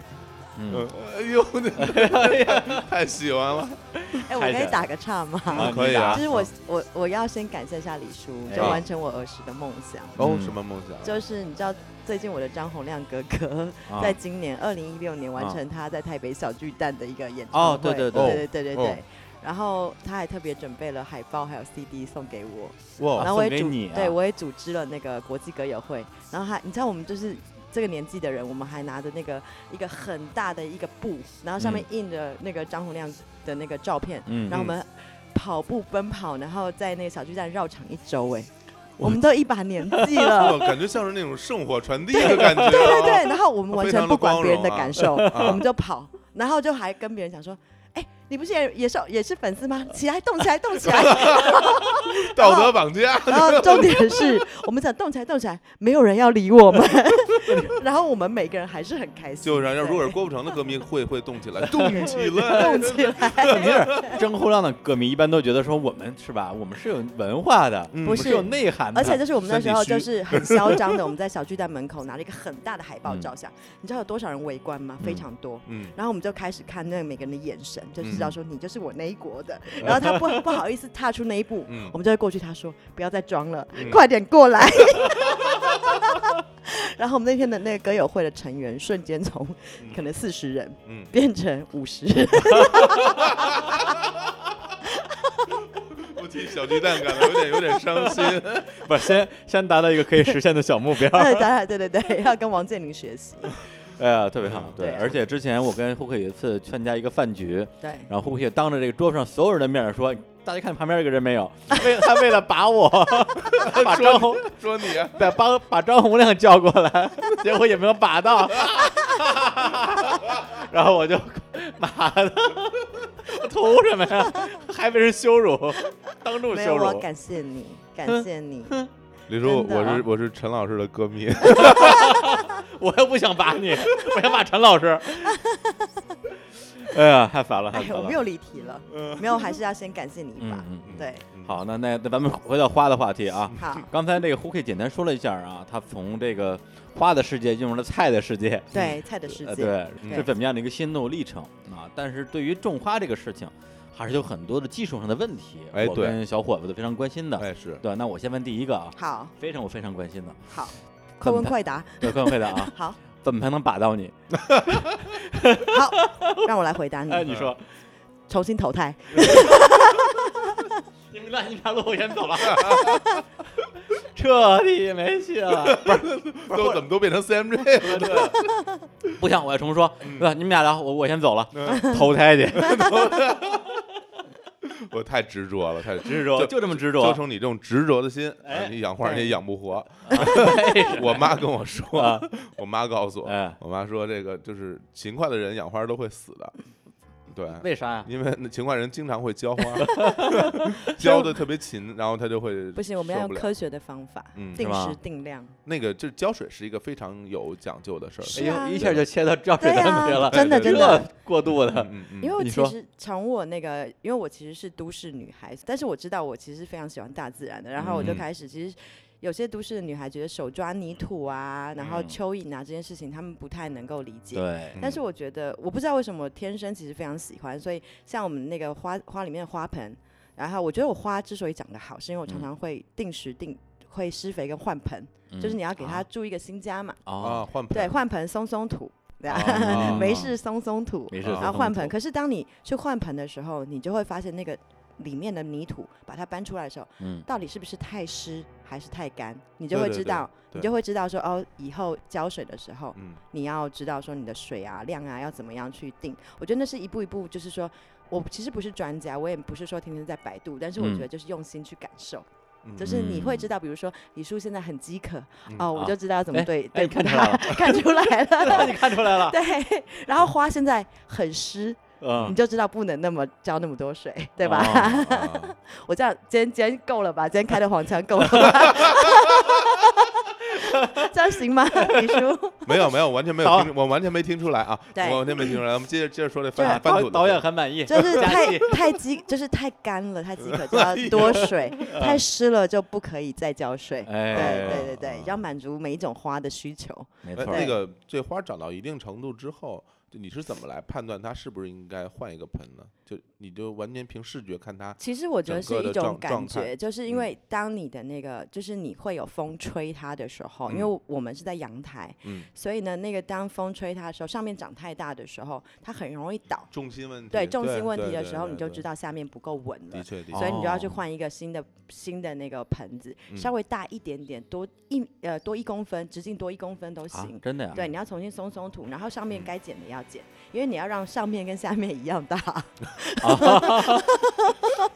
嗯嗯，哎呦， 太喜欢了。哎，我嗨可以的打个岔吗？啊可以啊就是我我我要先感谢一下李叔，就哎完成我儿时的梦想。哦嗯，什么梦想？就是你知道，最近我的张洪亮哥哥啊 在今年二零一六年完啊成他在台北小巨蛋的一个演唱会。哦对对对对对对对哦对然后他还特别准备了海报还有 CD 送给我，哦然后我也送给组你啊对我也组织了那个国际歌友会，然后还你知道我们就是。这个年纪的人，我们还拿着那个一个很大的一个布，然后上面印着那个张洪亮的那个照片，嗯然后我们跑步奔跑，然后在那个小巨蛋绕场一周，哎，我们都一把年 纪了，哦，感觉像是那种圣火传递的感觉啊。对对对，然后我们完非全常不地管光别人的荣啊感受，啊我们就跑，然后就还跟别人讲说。哎，你不是也也是也是粉丝吗？起来，动起来，动起来！道哦德绑架。 然后重点是我们想动起来，动起来，没有人要理我们。然后我们每个人还是很开心。就是让，对如果是郭富城的歌迷会会动起来，动起来，动起 来，问题是，张洪亮的歌迷一般都觉得说我们是吧，我们是有文化的，嗯我们不是是有内涵的，而且就是我们那时候身体就是很嚣张的，我们在小巨蛋门口拿了一个很大的海报嗯照相，你知道有多少人围观吗？非嗯常多。嗯，然后我们就开始看那个每个人的眼神，就知道嗯说你就是我那一国的。然后他不不好意思踏出那一步，嗯我们就会过去，他说不要再装了，嗯快点过来。 然后我们那天的那个歌友会的成员瞬间从嗯可能四十人嗯变成五十人，。我替小鸡蛋感到有点有点伤心。不先先达到一个可以实现的小目标对对对对对，要跟王健林学习。哎呀，特别好，对啊而且之前我跟胡可有一次参加一个饭局，对，然后胡可也当着这个桌上所有人的面儿说：“大家看旁边这个人没 有？为他为了把我，把张洪说你啊， 把把把张洪亮叫过来，结果也没有把到。” 然后我就妈的，图什么呀？还被人羞辱，当众没羞有我辱。感谢你，感谢你。李叔，真的我啊是我是陈老师的歌迷，我又不想把你，我想把陈老师。哎呀，太烦了，太哎烦，我了们。又离题了，没有，还是要先感谢你一把。嗯 对，好，那那那咱们回到花的话题啊。好，刚才这个胡 K 简单说了一下啊，他从这个花的世界进入了菜的世界，对菜的世呃，界，对，对是怎么样的一个心路历程啊？但是对于种花这个事情，还是有很多的技术上的问题，哎我对跟小伙子都非常关心的。哎是，对，那我先问第一个啊，好非常我非常关心的，好，快怎么问快答。，对，快回答啊 好怎么才能把到 你？ 好，让我来回答你。哎 哎，你说，重新投胎。你们乱七八糟，我先走了， 彻底没戏了。 都怎么都变成 CMJ 了？不想我要重说，嗯对吧？你们俩聊，我我先走了，投胎去，我太执着了，太执执着 就就这么执就着。冲你 这种执着的心，哎啊你养花你也养不活。为什么我妈跟我啊说，我妈告诉我，哎，我妈说这个就是勤快的人养花都会死的，对，为啥呀？因为那勤快人经常会浇 花，浇的特别勤，然后他就会不行，我们要受用不了科学的方法，嗯是定吗时定量。那个就是浇水是一个非常有讲究的事是儿。哎呦啊一下就切到浇水对的呀问题了，真的对真对的这。过度的，嗯嗯因为嗯，我啊你其说实从我那个，因为我其实是都市女孩子，但是我知道我其实非常喜欢大自然的，然后我就嗯开始其实。有些都市的女孩觉得手抓泥土啊，然后嗯蚯蚓啊这件事情，她们不太能够理嗯解。对但是我觉得，我不知道为什么我天生其实非常喜欢，所以像我们那个花花里面的花盆，然后我觉得我花之所以长得好，是因为我常嗯常会定时定会施肥跟换盆，嗯就是你哦要给它啊住一个新家嘛，啊啊，，换盆对，换盆松松土，对啊，啊 没事松松土，哦没事，然然松哦后换土 盆。可是当你去换盆的时候，你就会发现那个里面的泥土，把它搬出来的时候，嗯，到底是不是太湿还是太干，你就对会对知对道，对你就会知道说哦，以后浇水的时候，嗯，你要知道说你的水啊量啊要怎么样去定。我觉得那是一步一步，就是说我其实不是专家，我也不是说天天在百度，但是我嗯觉得就是用心去感受，嗯就是你会嗯知道，比如说李叔现在很饥渴，嗯哦，我啊就知道怎么哎对哎，对你付看出他来，了， 看出来 了，你看出 来了，对。然后花现在很湿，你嗯，就知道不能那么浇那么多水，对吧？哦啊我这样今天今天够了吧？今天开的黄腔够了 吧？这样行吗，李叔？没有没有，完全没有导听，我完全没听出来啊，对我完全没听出来。我们接着接着说这 对啊翻翻导土的导演事很满意，就是加太戏太饥，就是太干了，太饥渴就哎要多水，太湿了就不可以再浇水。 对哎，对对嗯对，要满足每一种花的需求。没哎错儿，那个这花长到一定程度之后，就你是怎么来判断它是不是应该换一个盆呢？就你就完全凭视觉看它，其实我觉得整个是的一种状感状觉，态嗯就是因为当你的那个，就是你会有风吹它的时候，因为我们是在阳台，嗯，所以呢，那个当风吹它的时候，上面长太大的时候，它很容易倒。重心问题，对重心问题对的对时候，对你就对知道下面不够稳了的。确的确，所以你就要去哦换一个新的新的那个盆子，嗯稍微大一点点，多一呃多一公分，直径多一公分都啊嗯行，。真的呀，对，你要重新松松土，然后上面该剪的要剪，因为你要让上面跟下面一样 大。哦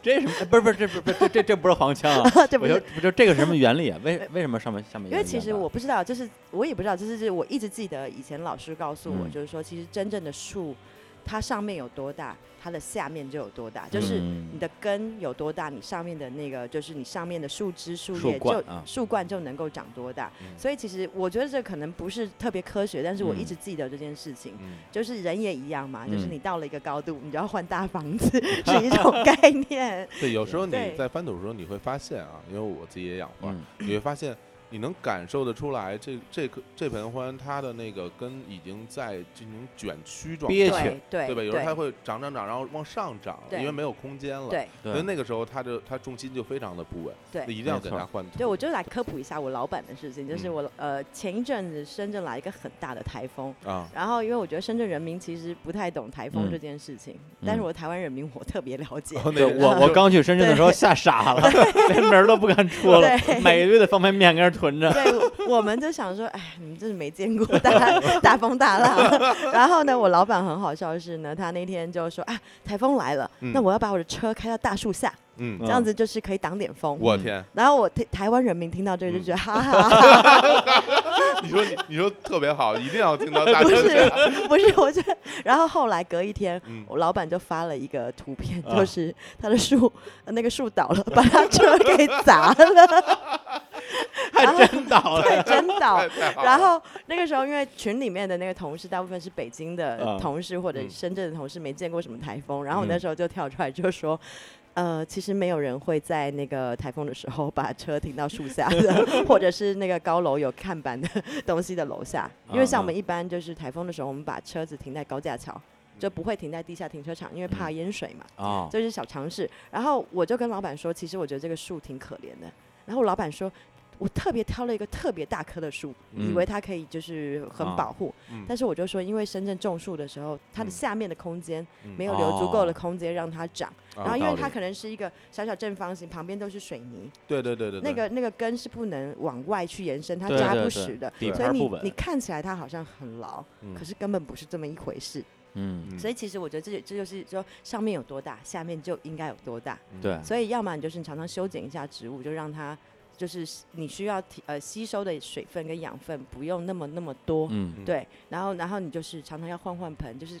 这是什么？不是不是，这不是这这这不是黄腔 ！啊这不是我就不就这个是什么原理啊？为为什么上面下面啊因有为一样的？其实我不知道，就是我也不知道，就是我一直记得以前老师告诉我，嗯就是说，其实真正的树，它上面有多大，它的下面就有多大，就是嗯你的根有多大，你上面的那个就是你上面的树枝、树树叶冠就啊树冠就能够长多大。嗯所以其实我觉得这可能不是特别科学，但是我一嗯直记得这件事情。嗯，就是人也一样嘛，就是嗯你到了一个高度，你就要换大房子，是一种概念。对，有时候你对在翻土的时候，你会发现啊，因为我自己也养花，嗯你会发现你能感受得出来这，这棵这盆花它的那个根已经在进行卷曲状态，憋也对许对对吧？有时候它会长长长，然后往上长了，对因为没有空间了。对所以对那个时候，它就它重心就非常的不稳，对那一定要没给错它换土。对，我就来科普一下我老板的事情，就是嗯我、呃前一阵子深圳来一个很大的台风，啊，然后因为我觉得深圳人民其实不太懂台风嗯这件事情，但是我台湾人民我特别了解。然后那 对个我我刚去深圳的时候吓傻了， 连门儿都不敢出了，对买一堆的方便面跟那儿囤着。对，我 们就想说，哎，你们真是没见过大大风大浪。 然后呢，我老板很好笑的是呢，他那天就说啊，台风来了，嗯那我要把我的车开到大树下，嗯，嗯这样子就是可以挡点风。我嗯天，然后我台台湾人民听到这个就觉得哈哈哈哈，你说你你说特别好，一定要听到大不家是这样。不是，我觉得。然后后来隔一天，嗯，我老板就发了一个图片，啊就是他的树、呃那个树倒了，把他车给砸 了，还真倒了，啊对，真倒太。太好了然后那个时候，因为群里面的那个同事大部分是北京的啊同事或者嗯深圳的同事，没见过什么台风。然后我那嗯时候就跳出来就说。呃，其实没有人会在那个台风的时候把车停到树下的，或者是那个高楼有看板的东西的楼下，因为像我们啊一般就是台风的时候，我们把车子停在高架桥，就不会停在地下停车场，因为怕淹水嘛。啊，这是小尝试。然后我就跟老板说，其实我觉得这个树挺可怜的。然后我老板说，我特别挑了一个特别大棵的树，以嗯为它可以就是很啊保护，嗯但是我就说，因为深圳种树的时候，它的嗯下面的空间嗯没有留足够哦的空间让它长，啊然后因道为它理可能是一个小小正方形，旁边都是水泥，对对对对，对那个那个根是不能往外去延伸，它对扎对不对实的，底所以盘不你你稳，看起来它好像很牢，嗯可是根本不是这么一回事。嗯，所以其实我觉得这就这就是说上面有多大，下面就应该有多大。嗯对，所以要么你就是你常常修剪一下植物，就让它就是你需要提呃吸收的水分跟养分不用那么那么多，嗯，对，然后然后你就是常常要换换盆，就是。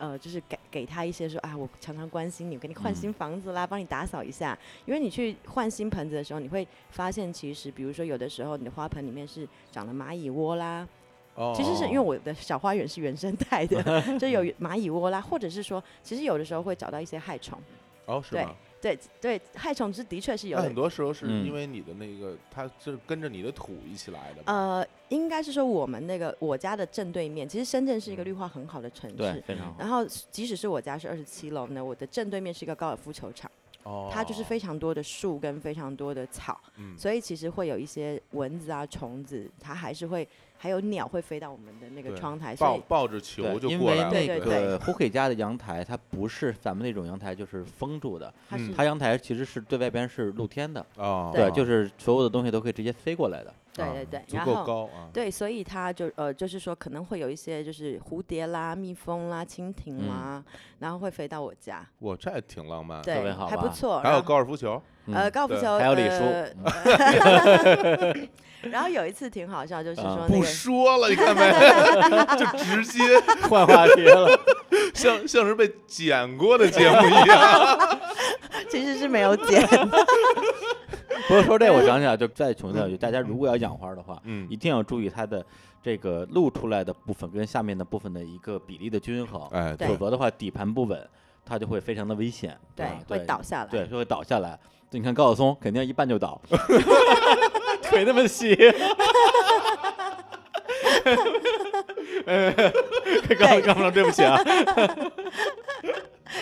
呃，就是给给他一些说啊，我常常关心你，我给你换嗯新房子啦，帮你打扫一下。因为你去换新盆子的时候，你会发现，其实比如说有的时候你的花盆里面是长了蚂蚁窝啦，哦其实是因为哦我的小花园是原生 态的，就有蚂蚁窝啦，或者是说，其实有的时候会找到一些害虫，哦是对吗？对对，害虫是的确是有那的很，多时候是嗯因为你的那个，它是跟着你的土一起来的吧。呃，应该是说我们那个我家的正对面，其实深圳是一嗯个绿化很好的城对，市。非常好，然后，即使是我家是二十七楼呢，我的正对面是一个高尔夫球场，哦，它就是非常多的树跟非常多的草，嗯所以其实会有一些蚊子啊、虫子，它还是会，还有鸟会飞到我们的那个对窗台，所抱以抱着球对就因过为来了。那对对个 h o k 家的阳台，它不是咱们那种阳台，就是封住的，它嗯是、它阳台其实是对外边是露天的，哦，对，就是所有的东西都可以直接飞过来的，对啊对对，足然够后。高啊。对，所以它就呃，就是说可能会有一些就是蝴蝶啦、蜜蜂啦、蜻蜓嗯啦，然后会飞到我家，哇，这还挺浪漫。特别对，好还不吧错。啊还有然后高尔夫球，呃，嗯 高尔夫对球，还有李叔嗯呃 然后有一次挺好笑，就是啊说那不 个说了，你看没？ 就直接换话题了，像像是被剪过的节目一样。其实是没有剪， 不是说这，我想起来，就再重申一句，大家如果要养花的话，嗯一定要注意它的这个露出来的部分跟下面的部分的一个比例的均衡，哎，对否则的话底盘不稳，它就会非常的危险，对吧，会倒下嗯来。对，就会倒下来。你看高晓松肯定一半就 倒，腿那么细。高高老对不起啊，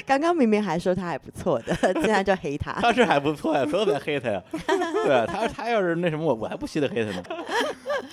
刚刚明明还说他还不错的，现在就黑 他。他是还不错呀，所有人在黑 他呀。对他，他要是那什么，我我还不稀得黑他啊呢。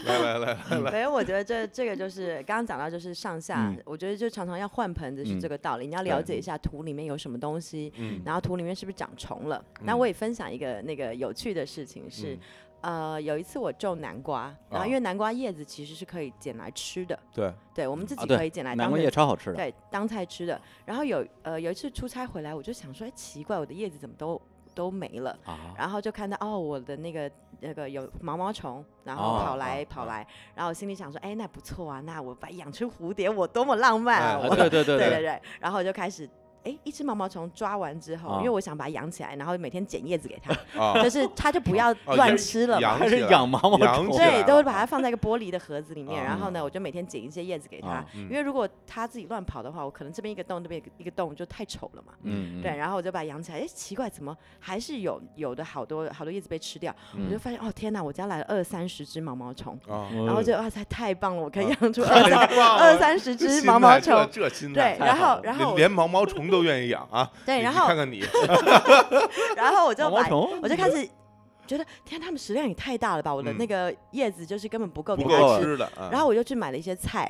来来来来来，所以我觉得这这个就是刚刚讲到，就是上下，嗯我觉得就常常要换盆子是这嗯个道理。你要对了解一下土里面有什么东西，嗯然后土里面是不是长虫了。那嗯我也分享一个那个有趣的事情是，呃，有一次我种南瓜，然后因为南瓜叶子其实是可以捡来吃的，对，对我们自啊己对可以捡来南当瓜成叶超好吃的，对，当菜吃的。然后有呃有一次出差回来，我就想说，哎，奇怪，我的叶子怎么都都没了。啊，然后就看到哦，我的那个那个有毛毛虫，然后哦跑来、哦跑哦来，然后我心里想说，哎，那不错啊，那我把养出蝴蝶，我多么浪漫哎啊！啊 我对对对对对对，对，然后我就开始。哎，一只毛毛虫抓完之后，啊因为我想把它养起来，然后每天捡叶子给它，啊，就是它就不要哦乱养吃了嘛。养他起是来养毛毛养虫起，来对，了都会把它放在一个玻璃的盒子里面，啊然后呢，我就每天捡一些叶子给它。啊因嗯为如果它自己乱跑的话，我可能这边一个洞，那边一个一个洞，就太丑了嘛。嗯，对，然后我就把它养起来，哎，奇怪，怎么还是有有的好多好多叶子被吃掉？嗯我就发现，哦，天哪，我家来了二三十只毛毛虫，啊，嗯，然后就哇塞，太棒了，我可以啊养出 二三二三十这只心毛毛态这虫。这心对态，太然好后了然连后我连毛毛虫都愿意养啊！对，你然你后看看你，然后我就毛毛把虫，我就开始觉得，天，它们食量也太大了吧！我的嗯那个叶子就是根本不够给不它够吃。吃的啊。然后我就去买了一些菜，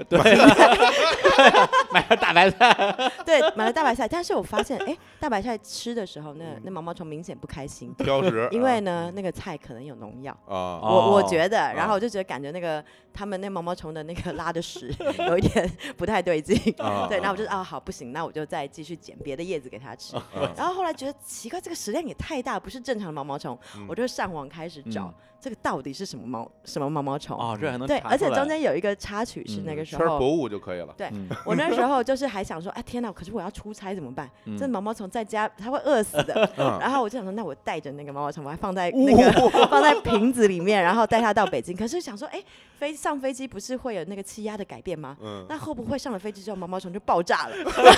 买了大白菜， 对，买了大白菜，但是我发现，哎，大白菜吃的时候，嗯那那毛毛虫明显不开心，挑食，因为呢，那个菜可能有农药。啊，呃哦我我觉得，然后我就觉得感觉那个他们那毛毛虫的那个拉 的屎有一点不太对劲，哦啊 对，那我就啊好不行，那我就再继续捡别的叶子给它哦吃。啊然后后来觉得奇怪，这个食量也太大，不是正常的毛毛虫，嗯我就上网开始找这个到底是什么毛什么毛毛虫。嗯哦，这还能对，查而且出来中间有一个插曲是嗯那个时圈候，博物就可以了。对嗯我那时候就是还想说，哎天哪，可是我要出差怎么办？嗯这毛毛虫在家它会饿死的。嗯然后我就想说，那我带着那个毛毛虫，我还放在那个、呜，放在瓶子里面，然后带它到北京。可是想说，哎，飞上飞机不是会有那个气压的改变吗？嗯，那会不会上了飞机之后毛毛虫就爆炸了？然 后，然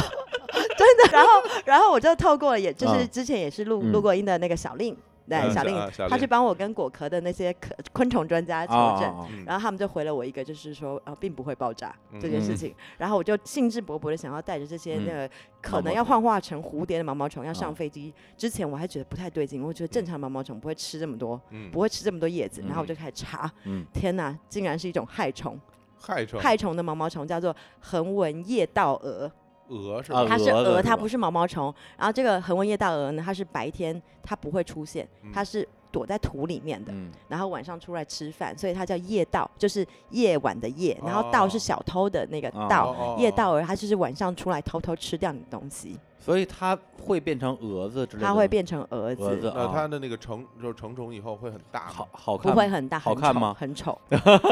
后，真的，然后，然后我 就透过，也就是嗯之前也是录、嗯录过音的那个小令，对、嗯小令，啊小他令去帮我跟果壳的那些壳昆虫专家求啊证。啊嗯然后他们就回了我一个，就是说，呃，并不会爆炸嗯这件事嗯情。然后我就兴致勃勃的想要带着这些嗯那个可毛能毛要虫幻化成蝴蝶的毛毛虫要啊上飞机之前，我还觉得不太对嗯劲，我觉得正常毛毛虫不会吃这么多，嗯不会吃这么多叶子。然后我嗯就开始查，嗯天哪，竟然是一种害虫！害虫害虫的毛毛虫叫做横纹叶道蛾，蛾是啊吧？哦它是蛾子蛾，是它吧不是毛毛虫。然后这个横纹叶道蛾呢，它是白天它不会出现，它嗯是躲在土里面的，嗯然后晚上出来吃饭，所以它叫夜盗，就是夜晚的夜，然后盗是哦小偷的那个哦盗。哦夜盗儿它就是晚上出来偷偷吃掉你的东西，所以它会变成蛾子之类的吗，它会变成蛾蛾子子，那啊它的那个成就是成虫以后会很大吗好好不看会吗很大，好很看丑吗很丑。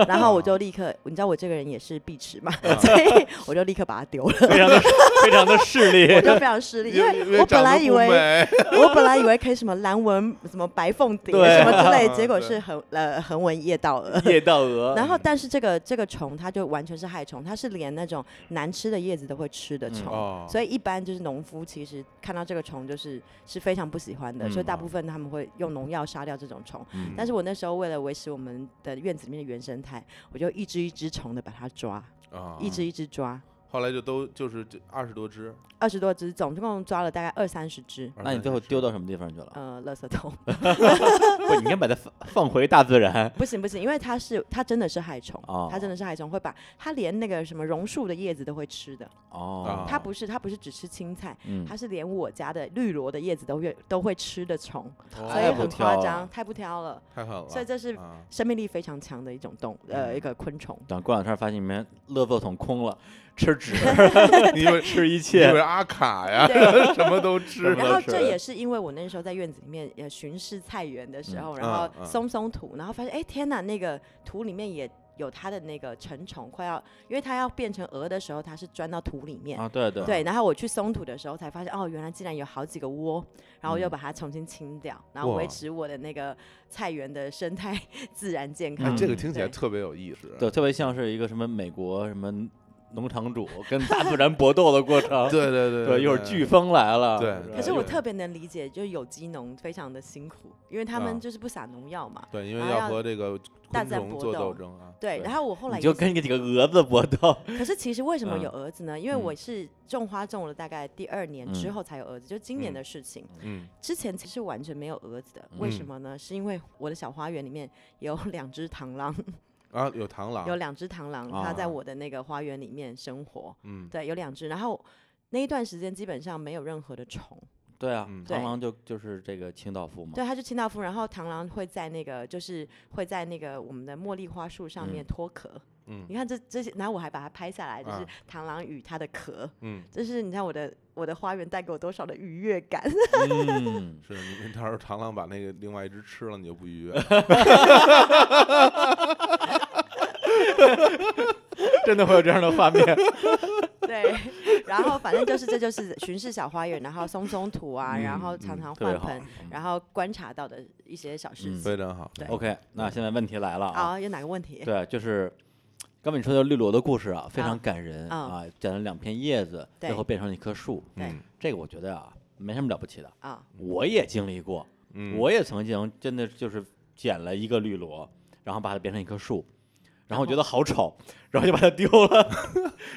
然后我就立刻，你知道我这个人也是碧池嘛， 所以我就立刻把它丢了，非 常的非常的势我利，就非常失力，因为我本长来得以不为美 我本来以为可以什么蓝纹、什么白凤顶对什么之类，啊结果对是横呃横纹夜道蛾。夜到蛾，然后，但是这个这个虫，它就完全是害虫，它是连那种难吃的叶子都会吃的嗯虫，哦所以一般就是农夫其实看到这个虫就是是非常不喜欢的，嗯所以大哦部分他们会用农药杀掉这种虫。嗯但是我那时候为了维持我们的院子里面的原生态，我就一只一只虫的把它抓，啊，一只一只抓，后来就都就是二十多只。二十多只，总共抓了大概二三十只，那你最后丢到什么地方去了？呃，垃圾桶。 不，你应该把它放放回大自然。不行不行，因为它是它真的是害虫，哦它真的是害虫，会把它连那个什么榕树的叶子都会吃的。哦，它不是它不是只吃青菜，嗯，它是连我家的绿萝的叶子都会都会吃的虫，哦所以太不很挑夸了张，太不挑了。太狠了，所以这是啊生命力非常强的一种动物呃嗯一个昆虫。等过两天发现你们垃圾桶空了，吃 纸 你以为吃一你以为切，是阿卡呀，对 什么都吃，然后这也是因为我那时候在院子里面呃巡视菜园的时候，然啊后啊松松土，然后发现哎天哪，那个土里面也有它的那个成虫，快要因为它要变成蛾的时候，它是钻到土里面，啊，对对，对，然后我去松土的时候才发现，哦，原来竟然有好几个窝，然后又嗯把它重新清掉，然后维哇持我的那个菜园的生态自然健哎康。这个听起来对特别有意思。。嗯对，特别像是一个什么美国什么农场主跟大自然搏斗的过程对对对，一会儿飓风来了。对吧可是我对特别能理解，就是有机农非常的辛苦，因为他啊们就是不撒农药嘛。对，因为然后要要和这个大昆自然虫搏做斗斗争啊。对，然后我后来你也就是跟几个蛾子搏斗，可是其实为什么嗯有蛾子呢？因为嗯我是种花种了大概第二年之嗯后才有蛾子，就今年嗯的事情。嗯，之前其实完全没有蛾子的，为什嗯么呢？是因为我的小花园里面有两只螳螂，啊，有螳有螂，两只螳螂，它啊在我的那个花园里面生活。嗯，对，有两只。然后那一段时间基本上没有任何的虫，对啊，嗯对螳螂就就是这个清道夫嘛。对，它就清道夫。然后螳螂会在那个，就是会在那个我们的茉莉花树上面嗯脱壳。嗯你看这这些，然后我还把它拍下来，就是啊螳螂与它的壳。嗯，就是你看我的我的花园带给我多少的愉悦 感。嗯，是你你到时候螳螂把那个另外一只吃了，你就不愉悦。 真的会有这样的画面。对，然后反正就是这就是巡视小花园，然后松松土啊，然后常嗯常特别换好盆，然后观察到的一些小事嗯情。非常好，对 OK，那现在问题来了啊，啊，有哪个问题？对，就是刚才你说的绿萝的故事啊，非常感人啊啊，剪了两片叶子，对最后变成了一棵树。对嗯这个我觉得啊，没什么了不起的，啊，我也经历过，嗯，我也曾经真的就是捡了一个绿萝，然后把它变成一棵树，然后我觉得好丑，然后就把它丢了。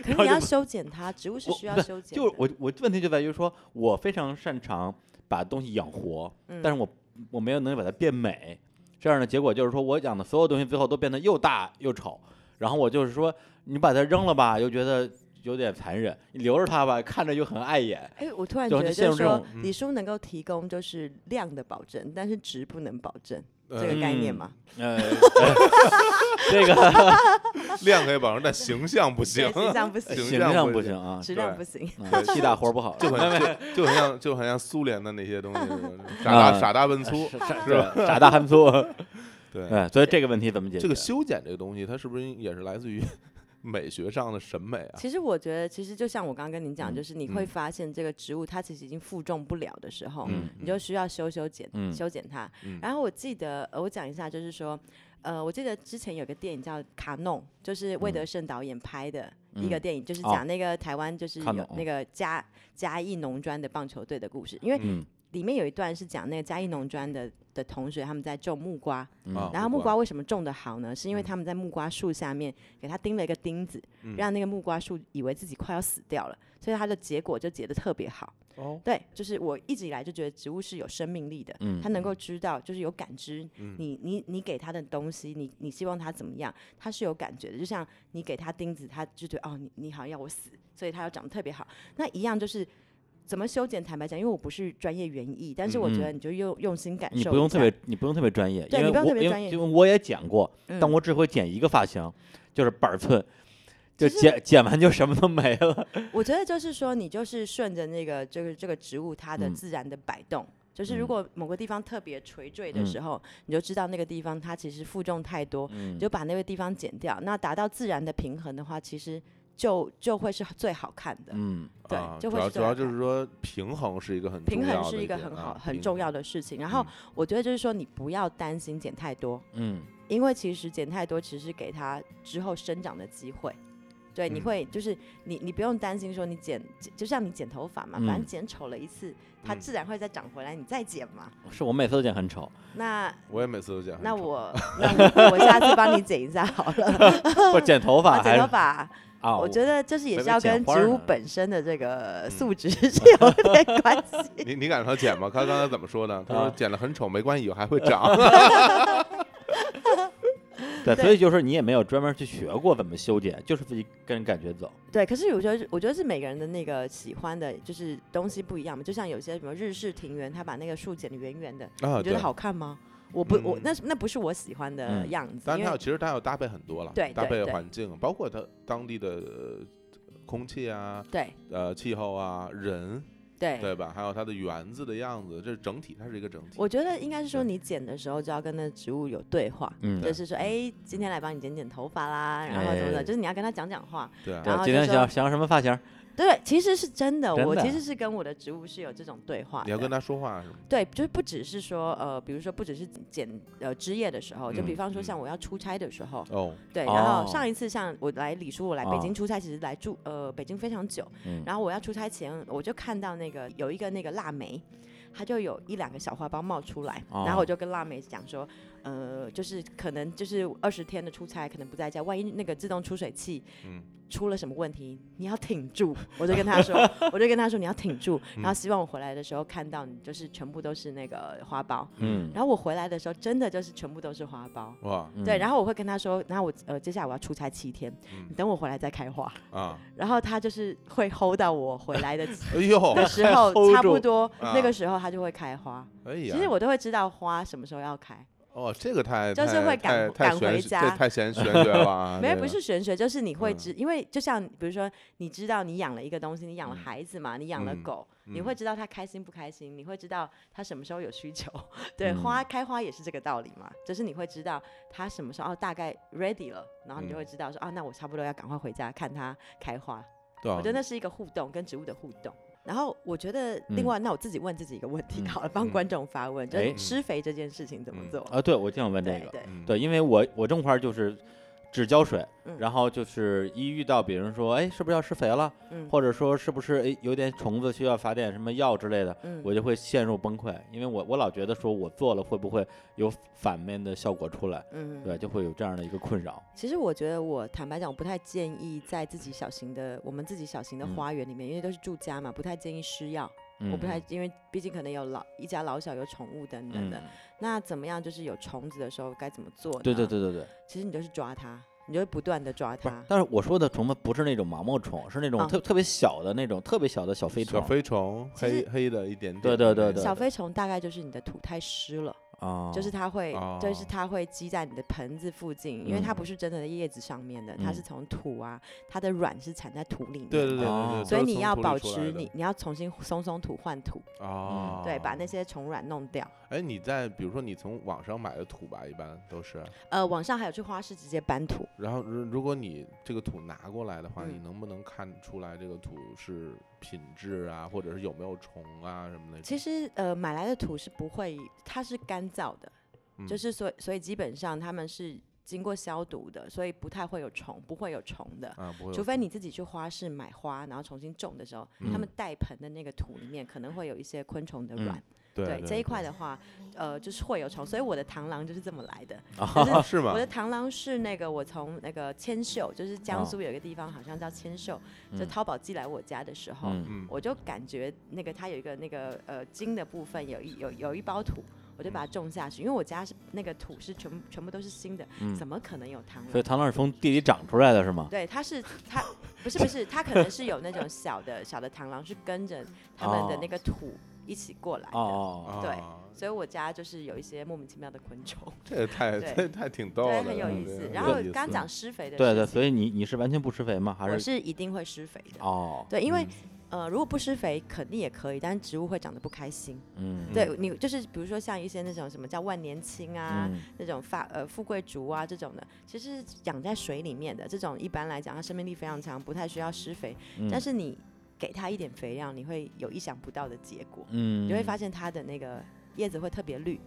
可是后就你要不修剪它，植物是我需要修剪的。就我我问题就在于说，我非常擅长把东西养活，嗯但是我我没有能力把它变美。这样的结果就是说我养的所有东西最后都变得又大又丑。然后我就是说，你把它扔了吧，又觉得有点残忍；你留着它吧，看着又很碍眼。哎，我突然啊就觉得陷就入是这说种，嗯李叔能够提供就是量的保证，但是值不能保证这呃个概念嗯嘛？ 呃，这个量可以保证，但形象不行对，形象不行，形形象象不不行行啊，质量对不行。啊替大活儿不好，就很就就很像就很像苏联的那些 东西，傻大啊傻大笨粗，傻是吧？对傻大憨粗。对，哎，所以这个问题怎么解决？这个修剪这个东西，它是不是也是来自于 美学上的审美啊？其实我觉得，其实就像我刚刚跟你讲，嗯就是你嗯会发现这个植物它其实已经负重不了的时候，嗯你就需要修修剪嗯修剪它。嗯然后我记得呃我讲一下，就是说，呃，我记得之前有个电影叫《卡弄》，就是魏嗯德圣导演拍的一个嗯电影，就是哦讲那个台湾就是有看懂那个嘉嘉义农专的棒球队的故事，因为嗯里面有一段是讲那个嘉义农专的的同学他们在种木瓜，啊嗯然后木木瓜瓜为什么种的好呢？是因嗯为他们在木瓜树下面给它钉了一个钉子，嗯让那个木瓜树以为自己快要死掉了，所以它的结果就结得特别好。哦，对，就是我一直以来就觉得植物是有生命力的，嗯它能够知道，就是有感知，嗯你你你给它的东西，你你希望它怎么样，它是有感觉的。就像你给它钉子，它就觉得哦，你你好像要我死，所以它要长得特别好。那一样就是。怎么修剪？坦白讲，因为我不是专业园艺，但是我觉嗯得你就用用心感受一你下。不用特别，你不用特别专业，因对为你不用我特别因为专业因为我也剪过，嗯，但我只会剪一个发型，就是板寸，就其实剪剪完就什么都没了。我觉得就是说，你就是顺着那个这个这个植物它的嗯自然的摆动。就是嗯如果某个地方特别垂嗯坠的时候，你就知道那个地方它其实负重太多，嗯你就把那个地方剪掉。那达到自然的平衡的话，其实就就会是最好看 的。嗯对啊就主会要是主这要样就是看说平衡是一个很平重衡要是的一个点很啊好、很平重衡嗯要的事情。然后我觉得就是说，你不要担心剪太多，嗯因为其实剪太多，其实给它之后生长的机会。对，你嗯会就是你，你不用担心说你剪，就像你剪头发嘛，嗯反正剪丑了一次，它嗯自然会再长回来，你再剪嘛。是我每次都剪很丑，啊那我也每次都讲，那我那我我下次帮你剪一下好了。不是剪头嗯我发还剪是头发，啊？我觉得就是也还是没要剪跟花植物呢本身的这个嗯素质 是有点关系。 你你敢让他剪吗？他刚才怎么说的？他说啊剪得很丑没关系，以后还 会长。 啊对，对所以就是你也没有专门去学过怎么修剪，就是自己跟感觉走。对，可是我觉得，我觉得是每个人的那个喜欢的，就是东西不一样嘛。就像有些什么日式庭园，他把那个树剪得圆圆的，啊，你觉得对。好看吗？我不，我嗯那那不是我喜欢的嗯样子，但因它为有其实它有搭配很多了，对搭配对对环境，包括它当地的呃空气啊、对呃气候啊、人，对对吧？还有它的园子的样子，这整体它是一个整体。我觉得应该是说，对你剪的时候就要跟那植物有对话，嗯就对是说，哎，今天来帮你剪剪头发啦，然后怎么哎的，就是你要跟他讲讲话。对啊，然对，后今就天说想想什么发型？对，其实是真的，真我的其实是跟我的植物是有这种对话的。啊你要跟它说话是吗？对，就是不只是说，呃，比如说不只是剪呃枝叶的时候，就比嗯方说嗯像我要出差的时候，哦，对，然哦后上一次像我来李叔，我来北啊京出差，其实来住呃北京非常久，嗯然后我要出差前，我就看到那个有一个那个腊梅，它就有一两个小花苞冒出来，然哦后我就跟腊梅讲说，呃，就是可能就是二十天的出差，可能不在家，万一那个自动出水器嗯，出了什么问题，你要挺住。我就跟 他说，我就跟他说你要挺住，嗯然后希望我回来的时候看到你就是全部都是那个花苞。嗯，然后我回来的时候，真的就是全部都是花苞。哇对，然后后我会跟他说，然后我呃接下来我要出差七天，嗯你等我回来再开花。啊，然后他就是会 hold 到我回来 的哎呦，的时候 hold，差不住多那啊个时候它就会开花。哎其呀，实我都会知道花什么时候要开，哦，这个太就是太会太赶太赶回玄学家！这太玄玄学了啊 没有这不个是玄学，就是你会嗯知，因为就像比如说你知道你养了一个东西，你养了嗯孩子嘛，你养了嗯狗，你嗯会知道它开心不开心，你会知道它什么时候有需求。对，嗯花开花也是这个道理嘛，就是你会知道它什么时候哦大概 ready 了，然后你就嗯会知道说啊，那我差不多要赶快回家看它开花。对哦啊我觉得那是一个互动，跟植物的互动。然后我觉得，嗯另外，那我自己问自己一个问题嗯好了，帮嗯观众发问，就哎是施肥这件事情怎么嗯做？啊，对我就想问这对个，对，嗯对，因为我我这块儿就是只浇水，嗯然后就是一遇到别人说，哎，是不是要施肥了，嗯或者说是不是哎有点虫子需要撒点什么药之类的，嗯，我就会陷入崩溃，因为我我老觉得说我做了会不会有反面的效果出来，嗯，对，就会有这样的一个困扰。其实我觉得，我坦白讲，我不太建议在自己小型的我们自己小型的嗯花园里面，因为都是住家嘛，不太建议施药。嗯我不太，因为毕竟可能有老一家老小有宠物等等的。嗯那怎么样？就是有虫子的时候该怎么做？对对，对对对，其实你就是抓它，你就会不断的抓不是它，。但是我说的虫子不是那种毛毛虫，是那种啊特、特别小的那种特别小的小飞虫小飞虫，其黑实黑的一点点，对对对对小飞虫大概就是你的土太湿了。啊，就是它会，就是哦它会积在你的盆子附近，因为它嗯不是真的在叶子上面的，它嗯是从土啊，它的卵是产在土里面对的。对对对哦对，所以都是你从要土里保出来持的你，你要重新松松土换土，哦，对，把那些虫卵弄掉。哎，你在比如说你从网上买的土吧，一般都是，呃，网上还有去花市直接搬土，然后如如果你这个土拿过来的话，你嗯能不能看出来这个土是品质啊，或者是有没有虫啊什么的？其实呃买来的土是不会，它是干燥的，嗯就是所以所以基本上他们是经过消毒的，所以不太会有虫，不会有虫的。啊，不会有，嗯除非你自己去花市买花，然后重新种的时候，他们带盆的那个土里面可能会有一些昆虫的嗯卵。对这一块的话，呃，就是会有虫，所以我的螳螂就是这么来 的。啊是吗我？的螳螂是那个我从那个千秀，就是哦江苏有一个地方好像叫千秀，就嗯淘宝寄来我家的时候，嗯嗯，我就感觉那个它有一个那个呃茎的部分有一有有一包土，我就把它嗯种下去，因为我家是那个土是全部全部都是新的，嗯怎么可能有螳所以螂？螳螂是从地里长出来的，是吗？对，它是它不是不是，它可能是有那种小的小的螳螂是跟着它们的哦那个土一起过来的。哦哦，哦对啊，所以我家就是有一些莫名其妙的昆虫，这也太对这太挺哦逗对，的，很有意对思很。然有后意思刚讲施肥的事对情，对，所以你你是完全不施肥吗？还我是是一定会施肥的。哦，对，因为嗯、呃，如果不施肥肯定也可以，但是植物会长得不开心。嗯，对你就是比如说像一些那种什么叫万年青啊，嗯那种发呃富贵竹啊这种的，其实是养在水里面的这种，一般来讲它生命力非常长，不太需要施肥。嗯但是你给它一点肥料，你会有意想不到的结果。嗯，你会发现它的那个叶子会特别绿，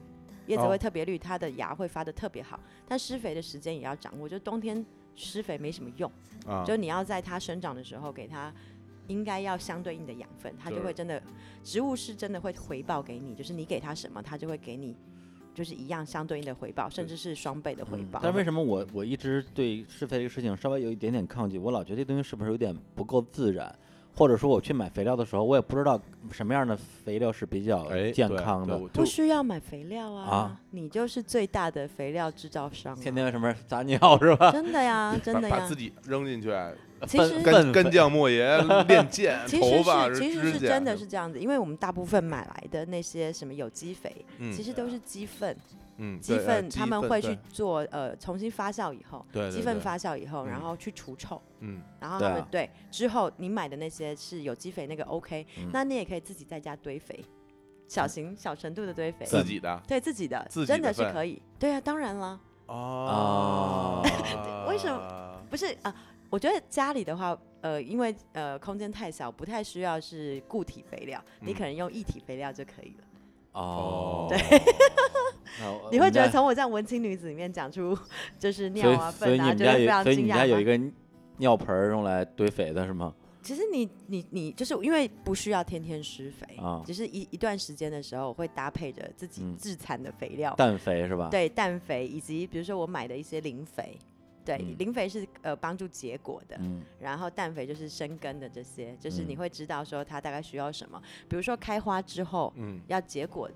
叶子哦会特别绿，它的芽会发的特别好。但施肥的时间也要掌握，就冬天施肥没什么用，啊，就你要在它生长的时候给它应该要相对应的养分，它就对会真的，植物是真的会回报给你，就是你给它什么，它就会给你。就是一样相对应的回报，甚至是双倍的回嗯报。但为什么我我一直对施肥这个事情稍微有一点点抗拒？我老觉得这东西是不是有点不够自然，或者说我去买肥料的时候，我也不知道什么样的肥料是比较 哎健对康的。对我就不需要买肥料啊，啊你就是最大的肥料制造商、啊。天 天什么撒尿是吧？真的呀，真把的把呀自。己扔进 去，其分实干粪干肥将莫邪，练剑， 其头实发，是其实指是甲真的是，这样子，因为我们大部分买来的那些什么有机肥，嗯其实都是鸡粪，嗯，鸡对呃粪鸡他们粪会对去做呃重新发酵以后，对鸡对粪对发酵以后，然嗯后去除臭，嗯，然后对他啊们对之后你买的那些是有机肥，那个 OK，嗯那你也可以自己在家堆肥，小型小程度的堆肥，自己的对自己的自己真的的是粪可以，对啊，当然了， 哦为什不是啊、我觉得家里的话，呃，因为呃空间太小，不太需要是固体肥料，你嗯可能用一体肥料就可以了。 哦，对，那我你我会们觉得家从我这样文青女子里面讲出 就是所尿以啊所以粪你啊，们就家会非有常所以你惊们家讶有一吗。个尿盆儿用来堆肥的是吗？其实你你你就是因为不需要天天施肥，啊只是一一段时间的时候我会搭配着自己嗯自产的肥料，氮肥是吧？对氮肥以及比如说我买的一些磷肥。对嗯，磷肥是呃帮助结果的，嗯，然后氮肥就是生根的这些，就是嗯你会知道说它大概需要什么。比如说开花之后嗯要结果，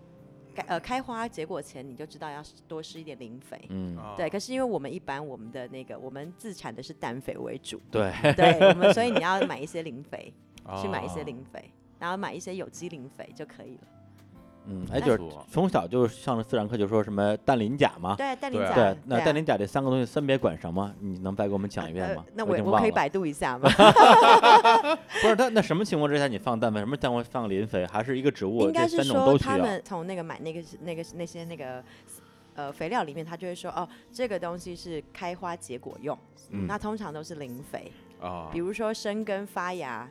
开呃开花结果前你就知道要多施一点磷肥。嗯嗯，啊对，可是因为我们一般我们的那个我们自产的是氮肥为主，对，对我们所以你要买一些磷肥，去买一些啊磷肥，然后买一些有机磷肥就可以了。 嗯，哎，不就是错从小就上了自然课就说什么氮磷钾嘛，对，氮磷对啊钾，对，那啊氮磷钾这三个东西分别管什么？你能再给我们讲一遍吗呃？那我我已经我忘可以了百度一下 吗？不是它那什么情况之下你放氮肥？什么情况放磷肥？还是一个植物？应这该是三种都说需他要。们从那个买那个那个那些那个呃肥料里面，他就会说哦，这个东西是开花结果用，嗯那通常都是磷肥，啊比，如说生根发芽。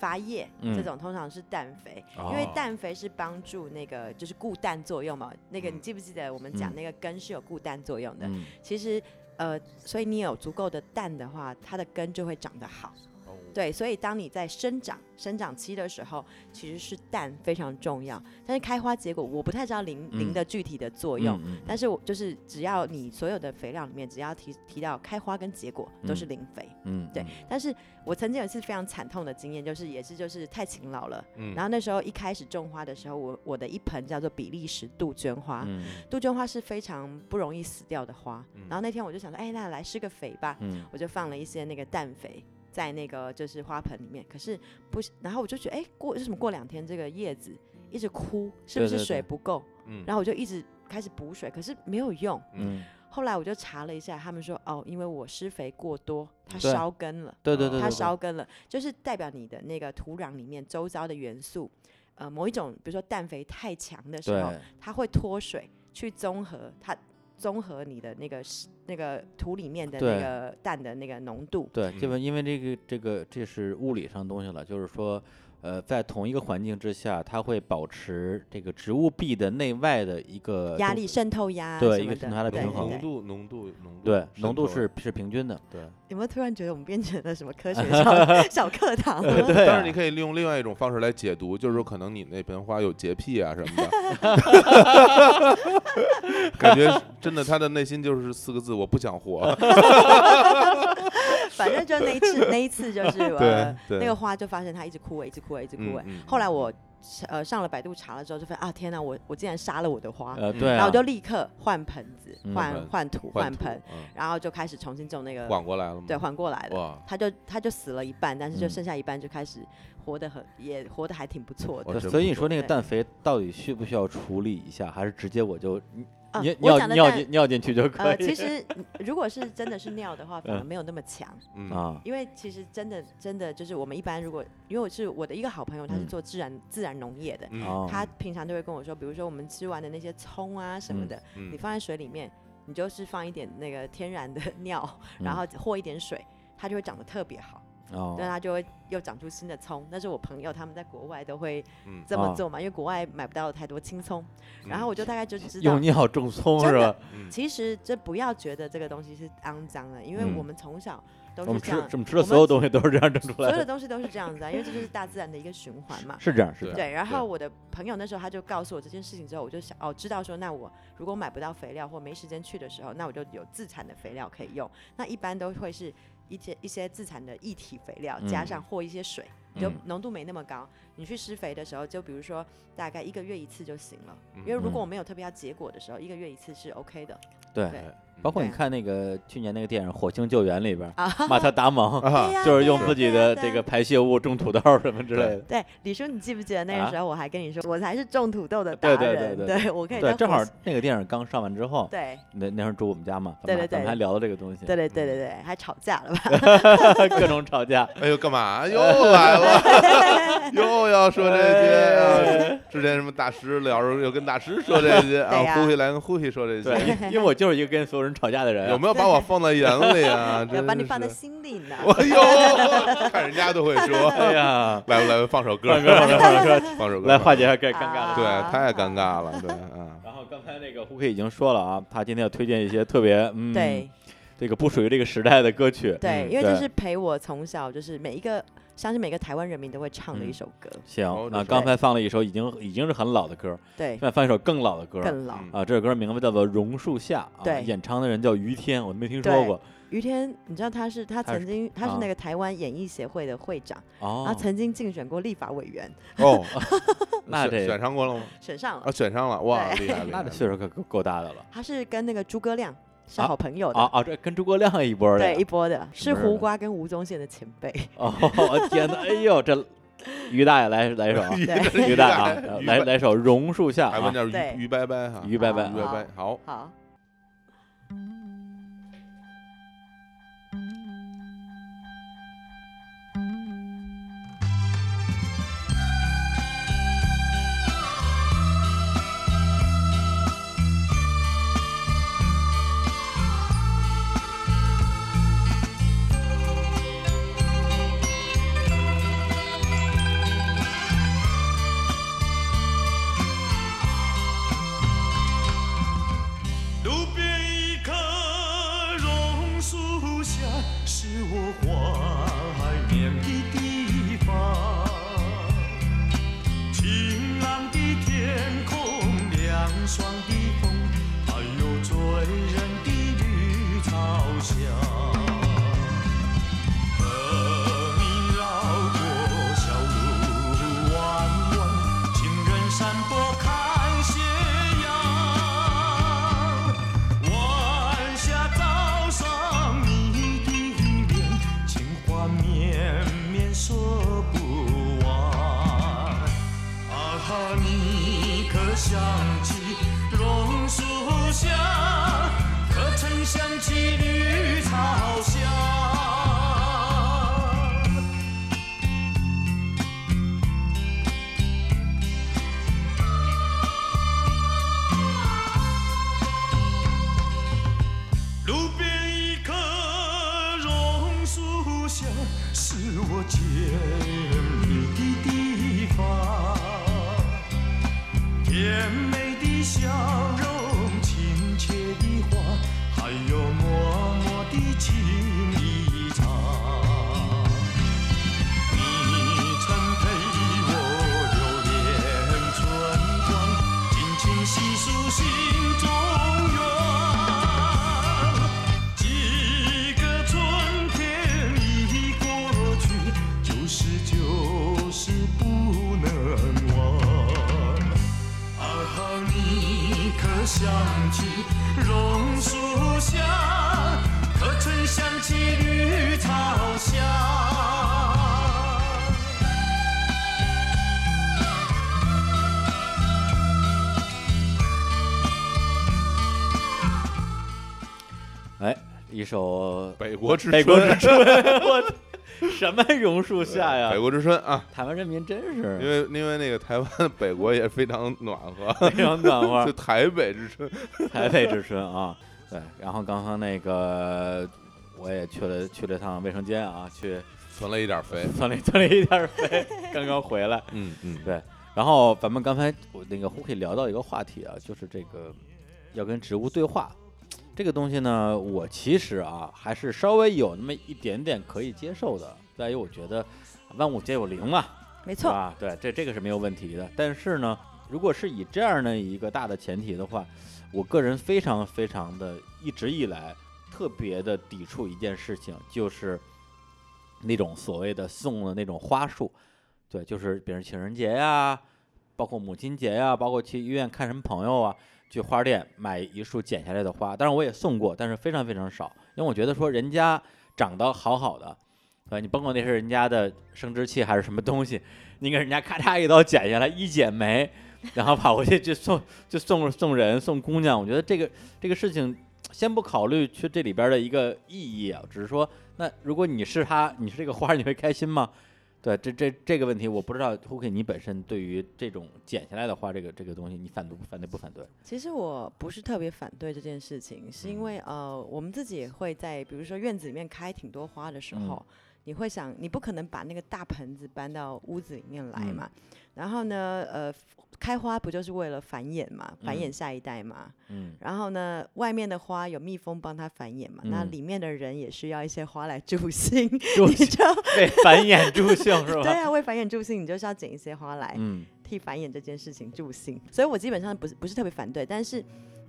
发叶嗯这种通常是氮肥，哦因为氮肥是帮助那个就是固氮作用嘛。那个嗯你记不记得我们讲嗯那个根是有固氮作用的？嗯，其实呃，所以你有足够的氮的话，它的根就会长得好。哦对，所以当你在生长生长期的时候，其实是氮非常重要。但是开花结果，我不太知道磷嗯磷的具体的作不用。嗯但是我就是，只要你所有的肥料里面，只要提提到开花跟结果，都是嗯磷肥。嗯，对但是我曾经有一次非常惨痛的经验，就是也是就是太勤劳了。嗯然后那时候一开始种花的时候，我我的一盆叫做比利时杜鹃花，嗯杜鹃花是非常不容易死掉的花。嗯然后那天我就想说，哎，那来施个肥吧，嗯我就放了一些那个氮肥在那个就是花盆里面。可是不是，然后我就觉得，哎，过为什么过两天这个叶子一直枯，是不对是对水对不够？嗯然后我就一直开始补水，可是没有用。嗯，后来我就查了一下，他们说，哦，因为我施肥过多，它对烧根了。对对对，它对烧根了，就是代表你的那个土壤里面周遭的元素，呃，某一种，比如说氮肥太强的时对候，它会脱水去综合它综合你的那个是那个土里面的对那个氮的那个浓度。对，这嗯个因为这个这个这是物理上的东西了，就是说呃，在同一个环境之下，它会保持这个植物壁的内外的一个压中力渗透压呃对什一么个平台的对平衡对浓对度浓度浓度对浓度渗透是是平均的，对。有没有突然觉得我们变成了什么科学 小小课堂了？ 对但啊是你可以利用另外一种方式来解读，就是说可能你那盆花有洁癖啊什么 的，感觉真的他的内心就是四个字：我不想呃活。反正就那一次，那一次 就是呃，对那个花就发生它一直枯萎，一直枯萎，一直枯嗯萎。嗯后来我呃上了百度查了之后，就发现啊，天哪，我我竟然杀了我的花，呃，嗯对然后啊我，就立刻换盆子，嗯换换换土，换土盆，，嗯然后就开始重新种那个，缓过来了吗？对，换过来了。哇，它就它就死了一半，但是就嗯剩下一半就开始活得很，也活得还挺不错的我。对真所以不你说那个对氮肥到底需不需要处理一下，还是直接我就啊尿，我尿讲的尿但进尿进去就可呃，以？ 其实如果是真的是尿的话，反而嗯没有那么强。嗯啊，因为其实真的真的就是我们一般如果因为我是我的一个好朋友，他是嗯做自然、自然农业的，嗯哦他平常都会跟我说，比如说我们吃完的那些葱啊什么的，嗯你放在水里面，你就是放一点那个天然的 尿，嗯然后和一点水，它就会长得特别好，对，哦，它就会又长出新的葱。但是我朋友他们在国外都会嗯这么啊做嘛，因为国外买不到太多青葱，嗯然后我就大概就知道用。尿种葱真是的吧？嗯其实这不要觉得这个东西是肮脏的，因为嗯我们从小都我是们这吃样，我们吃的我所有东西都是这样种出所有来 的，的东西都是这样子啊，因为这就是大自然的一个循环嘛。是这样是对这样，对，然对后我的朋友那时候他就告诉我这件事情之后，我就想哦，知道说那我如果买不到肥料或没时间去的时候，那我就有自产的肥料可以用。那一般都会是一些一些自产的一体肥料，加嗯上和一些水，就嗯浓度没那么高。你去施肥的时候，就比如说大概一个月一次就行了，嗯因为如果嗯我没有特别要结果的时候，一个月一次是 OK 的。对对包括你对看那个去年那个电影《火星救援》里边儿，啊，马特·达蒙啊对，呀就是对用呀自己对呀的对这呀个排泄物种土豆什么之类的。对，李叔，你记不记得那啊个时候我还跟你说，我才是种土豆的达对对人，对对对我可以对，当正火好星那个电影刚上完之后，对那那时候住我们家嘛，咱对们还对咱们对还聊到这个东西，对对对对对，还吵架了吧？各种吵架。哎呦，干嘛又来了？ 又要说这些、啊？之前什么大师聊着，又跟大师说这些对啊，呀呼吸来跟呼吸说这对些，，因为我就是一个跟所有人吵架的人啊。有没有把我放在眼里 啊？要真把你放在是心里呢。我哟，看人家都会 说。 哎呀，来不来放首歌？放歌 放歌放歌放首 歌，来化解一下尴尴尬的。啊对，太尴尬了，对，啊，然后刚才那个胡克已经说了啊，他今天要推荐一些特别嗯，对，这个不属于这个时代的歌曲。对，嗯因为这对是陪我从小就是每一个，相信每个台湾人民都会唱的一嗯首歌。行哦，那这是刚才放了一首已经已经是很老的歌，对现，在放一首更老的歌。更老。嗯啊，这首歌名字叫做《榕树下》，啊，对演唱的人叫于天，我都没听说对过。于天，你知道他是他他是曾经他是啊那个台湾演艺协会的会长，然哦后，曾经竞选过立法委员，哦， 那选这选上过了吗？选上啊，了。选上了，哇，对厉害厉那害 这！岁数可够够大的了。他是跟那个诸葛亮是啊好朋友啊的，啊，这跟诸葛亮一波儿的对呀。一波的，什是么人胡啊瓜跟吴宗宪的前辈。 哦，我天哪！哎呦，这于大爷来来一首 啊， 对于大啊，呃 于来白来首《榕树下》还问啊，叫对于于拜拜哈，于拜拜于拜啊，拜，好，好，路边一棵榕树下，是我怀念的地方。晴朗的天空，凉爽的风，还有醉人的绿草香。和你绕过小路弯弯，情人山坡看斜阳。晚霞照上你的脸，情话绵绵说不完。啊哈，你可想起榕树下？可曾想起绿草香？路边一棵榕树下，是我见你的地甜美的笑容，亲切的话，还有默默的情意长。你曾陪我留恋春光，尽情细数心中缘。几个春天已过去，旧事旧事不能忘。二号，你可想起榕树下，可曾想起绿草香？哎，一首北国之北国之春， 春， 我什么榕树下呀北？国之春啊，台湾人民真因是为因为那个台湾北国也非常暖和，非常暖 就和，台北之春，台北之春啊。对，然后刚刚那个我也去了去了趟卫生间啊，去 存了一点肥，蹭了蹭了一点儿 肥，刚刚回来。 嗯嗯，然后咱们刚才我那个胡可以聊到一个话题啊，就是这个要跟植物对话这个东西呢，我其实啊还是稍微有那么一点点可以接受的，在于我觉得万物皆有灵嘛，没是错，吧？对，这这个是没有问题的。但是呢，如果是以这样的一个大的前提的话，我个人非常非常的一直以来特别的抵触一件事情，就是那种所谓的送的那种花束，对，就是比如情人节呀、包括母亲节呀、包括去医院看什么朋友啊，去花店买一束剪下来的花。当然我也送过，但是非常非常少，因为我觉得说人家长得好好的。对吧？你甭管那是人家的生殖器还是什么东西，你给人家咔嚓一刀剪下来，一剪没，然后跑过去就送就送送人送姑娘，我觉得这个这个事情，先不考虑去这里边的一个意义啊，只是说，那如果你是他，你是这个花儿，你会开心吗？对，这这这个问题我不知道 h o k 你本身对于这种剪下来的花这个这个东西，你反对不反对不反对？其实我不是特别反对这件事情，是因嗯为呃，我们自己也会在比如说院子里面开挺多花的时嗯候，你会想，你不可能把那个大盆子搬到屋子里面来嘛。嗯然后呢，呃，开花不就是为了繁衍嘛，繁嗯衍下一代嘛。嗯，然后呢，外面的花有蜜蜂帮它繁衍嘛，那嗯里面的人也需要一些花来 助兴，助 你兴就为繁衍助兴是吧？ 对啊，为繁衍助兴，你就是要捡一些花来、嗯替繁衍这件事情助兴。所以我基本上不是不是特别反对，但是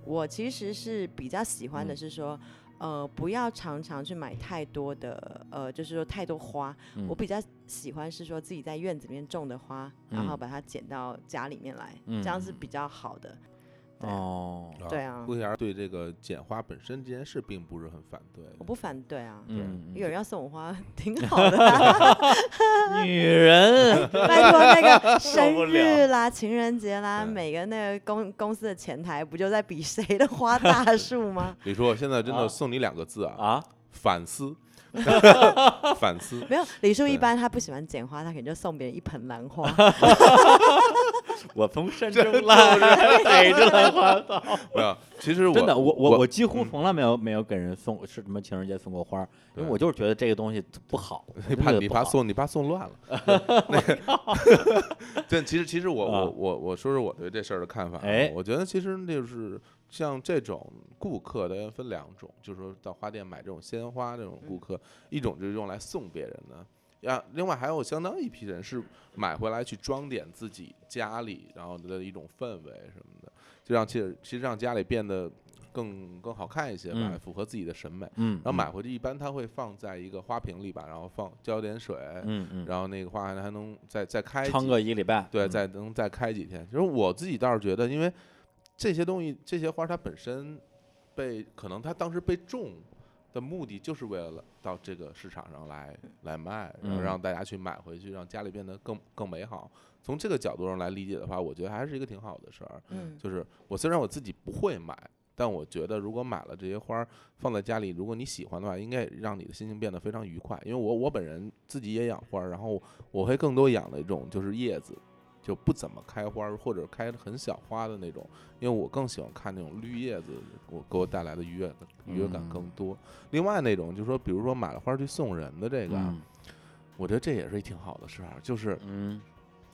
我其实是比较喜欢的嗯是说，呃，不要常常去买太多的，呃，就是说太多花。嗯我比较喜欢是说自己在院子里面种的花，然后嗯把它捡到家里面来，嗯这样是比较好的。对啊哦，对啊顾霞对这个剪花本身这件事并不是很反对，我不反对啊，嗯，有人要送我花， 挺好的啊、嗯女 人拜托 那个生不日啦、情人节啦，对每个那个公公司的前台不就在比谁的花大树吗？李叔，我现在真啊的送你两个字啊，啊，反思，反思。 没有，李叔一对般他不喜欢剪花，他可能就送别人一盆兰花。我从山中来，逮着兰花草。没有，其实我真的，我我我嗯我几乎从来没有没有给人送是什么情人节送过花儿，因为对我就是觉得这个东西不好，我你真 怕觉得你不怕好送你怕送乱 了，对 那个，但其实其实我啊我我我说说我对这事儿的看法啊，哎我觉得其实就是像这种顾客，大家分两种，就是说到花店买这种鲜花这种嗯顾客，一种就是用来送别人的。呀，另外还有相当一批人是买回来去装点自己家里，然后的一种氛围什么的，就让其实其实让家里变得更更好看一些吧，嗯符合自己的审美。嗯，然后买回去一般它会放在一个花瓶里吧，然后放浇点水，嗯嗯，然后那个花还还能再再开撑几个一礼拜，对，嗯再能再开几天。其实我自己倒是觉得，因为这些东西这些花它本身被可能它当时被种的目的就是为了到这个市场上来来卖，然后嗯让大家去买回去，让家里变得更更美好。从这个角度上来理解的话，我觉得还是一个挺好的事儿。嗯，就是我虽然我自己不会买，但我觉得如果买了这些花儿放在家里，如果你喜欢的话，应该让你的心情变得非常愉快。因为我我本人自己也养花儿，然后我会更多养的一种就是叶子，就不怎么开花儿或者开很小花的那种，因为我更喜欢看那种绿叶子，我给我带来的愉悦感愉悦感更嗯多。另外那种就是说，比如说买了花儿去送人的这个啊，嗯我觉得这也是一挺好的事儿，就是嗯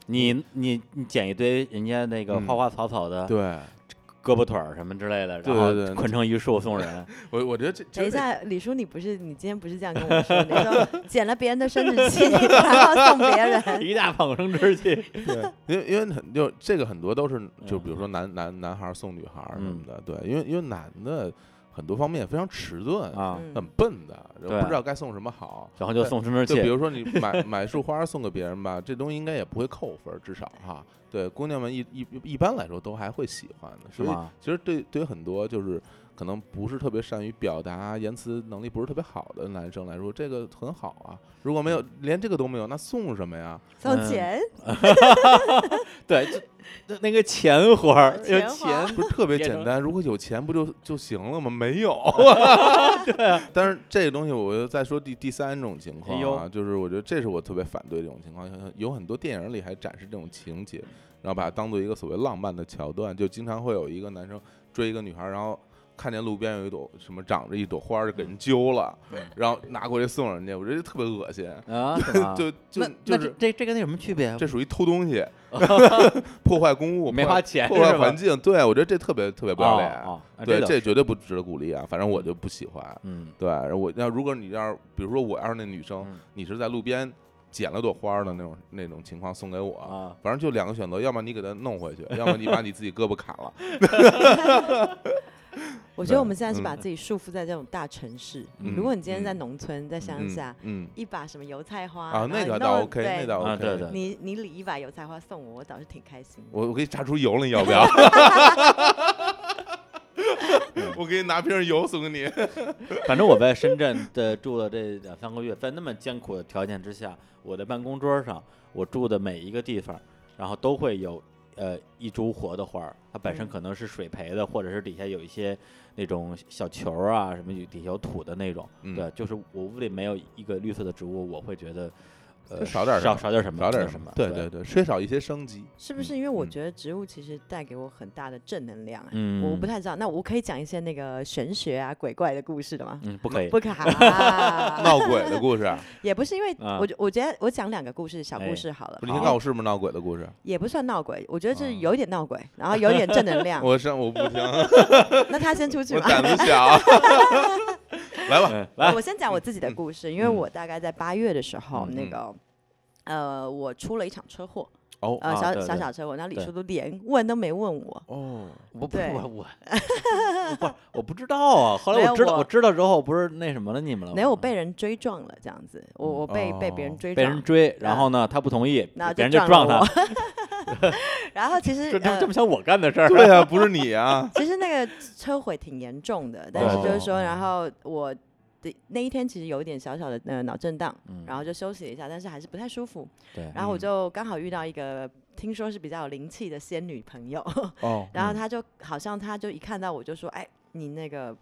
你你你捡一堆人家那个嗯花花草草的对 胳膊腿儿什么之类的，对然对对后捆成一束送人。 我我觉得这等其一实下，李叔，你不是你今天不是这样跟我说，你说捡了别人的生殖器，然后送别啊人，一大捧生殖器，对，因为因为很就这个很多都是就嗯比如说男男男孩儿送女孩儿什么的，对，因为因为男的很多方面也非常迟钝，啊，嗯很笨的，就对啊不知道该送什么好。然后就送生殖就比器，如说你买买束花送给别人吧，这东西应该也不会扣分儿，至少哈，对姑娘们一一一般来说都还会喜欢的，是所以吗？其实对对于很多就是可能不是特别善于表达、言辞能力不是特别好的男生来说，这个很好啊。如果没嗯有连这个都没有，那送什么呀？送钱，嗯对，就就那个钱花儿，钱有花钱不是特别变简成单，如果有钱不就就行了吗？没 有，对。但是这个东西，我又再说第第三种情况啊哎呦啊，就是我觉得这是我特别反对这种情况，有很多电影里还展示这种情节，然后把它当做一个所谓浪漫的桥段，就经常会有一个男生追一个女孩，然后。看见路边有一朵什么长着一朵花儿，就给嗯人揪了，然后拿过去送人家，我觉得特别恶心。啊， 是吗就就那那就这是这这跟那有什么区别？啊这属于偷东 西，破坏公物，没破花坏钱破坏是吧环境。对，我觉得这特别特别不要脸。哦，哦对，倒这是绝对不值得鼓励啊！反正我就不喜欢。嗯对，然后我要如果你要是，比如说我要是那女生，嗯你是在路边捡了朵花儿的那种那种情况送给我，啊，反正就两个选择，要么你给她弄回去，要么你把你自己胳膊砍了。我觉得我们现在是嗯把自己束缚在这种大城市。嗯如果你今天在嗯农村，在乡嗯下，嗯一把什么油菜花啊，然后那你个弄倒 OK，对那倒啊 OK。对对你你理一把油菜花送我，我倒是挺开心的。我我给你榨出油了，你要不要？嗯 我给你拿瓶油送给你。反正我在深圳的住了这两三个月，在那么艰苦的条件之下，我的办公桌上，我住的每一个地方，然后都会有呃一株活的花儿，它本身嗯可能是水培的，或者是底下有一些那种小球儿啊，什么底下有土的那种。嗯对，就是我屋里没有一个绿色的植物，我会觉得呃就少点儿什少么少点儿什么，少点儿什么。嗯对对对，缺少一些生机。是不是因为我嗯觉得植物其实带给我很大的正能量、哎，嗯我不太知道。那我可以讲一些那个玄学啊、鬼怪的故事的吗？嗯，不可以。不可啊， 闹鬼的故事啊，也不是因为啊我觉、我觉得我讲两个故事，小哎故事好了，啊不是你先告诉我是不是闹鬼的故事？也不算闹鬼，我觉得就是啊有一点闹鬼，然后有一点正能量。我上我不行，那他先出去我吧。胆子小。 来吧，嗯来，我先讲我自己的故事，因为嗯我大概在八月的时候，嗯嗯那个呃，我出了一场车祸，哦呃，啊小对小对小车祸，然后李对叔都连问都没问我，哦，我不对我我我不我不知道啊。后没来有我知道我我知道之后，不是那什么了你们了吗？没有，我被人追撞了，这样子，我我被被别哦人追被人撞，追，然后呢他不同意，然后别人就就撞撞了他我。然后其 实这 这呃这么像我干的事儿。对啊，不是你 啊，其实那个车毁挺严重哦的，但是就是嗯说，然后我的那一天其实有一点小小的呃脑震荡，嗯然后就休息了一下，但是还是不太舒服。对然后我嗯就刚好遇到一个听说是比较有灵气的仙女朋友， 嗯哦然后她就好像她就一看到我就说：“哎，你那个。”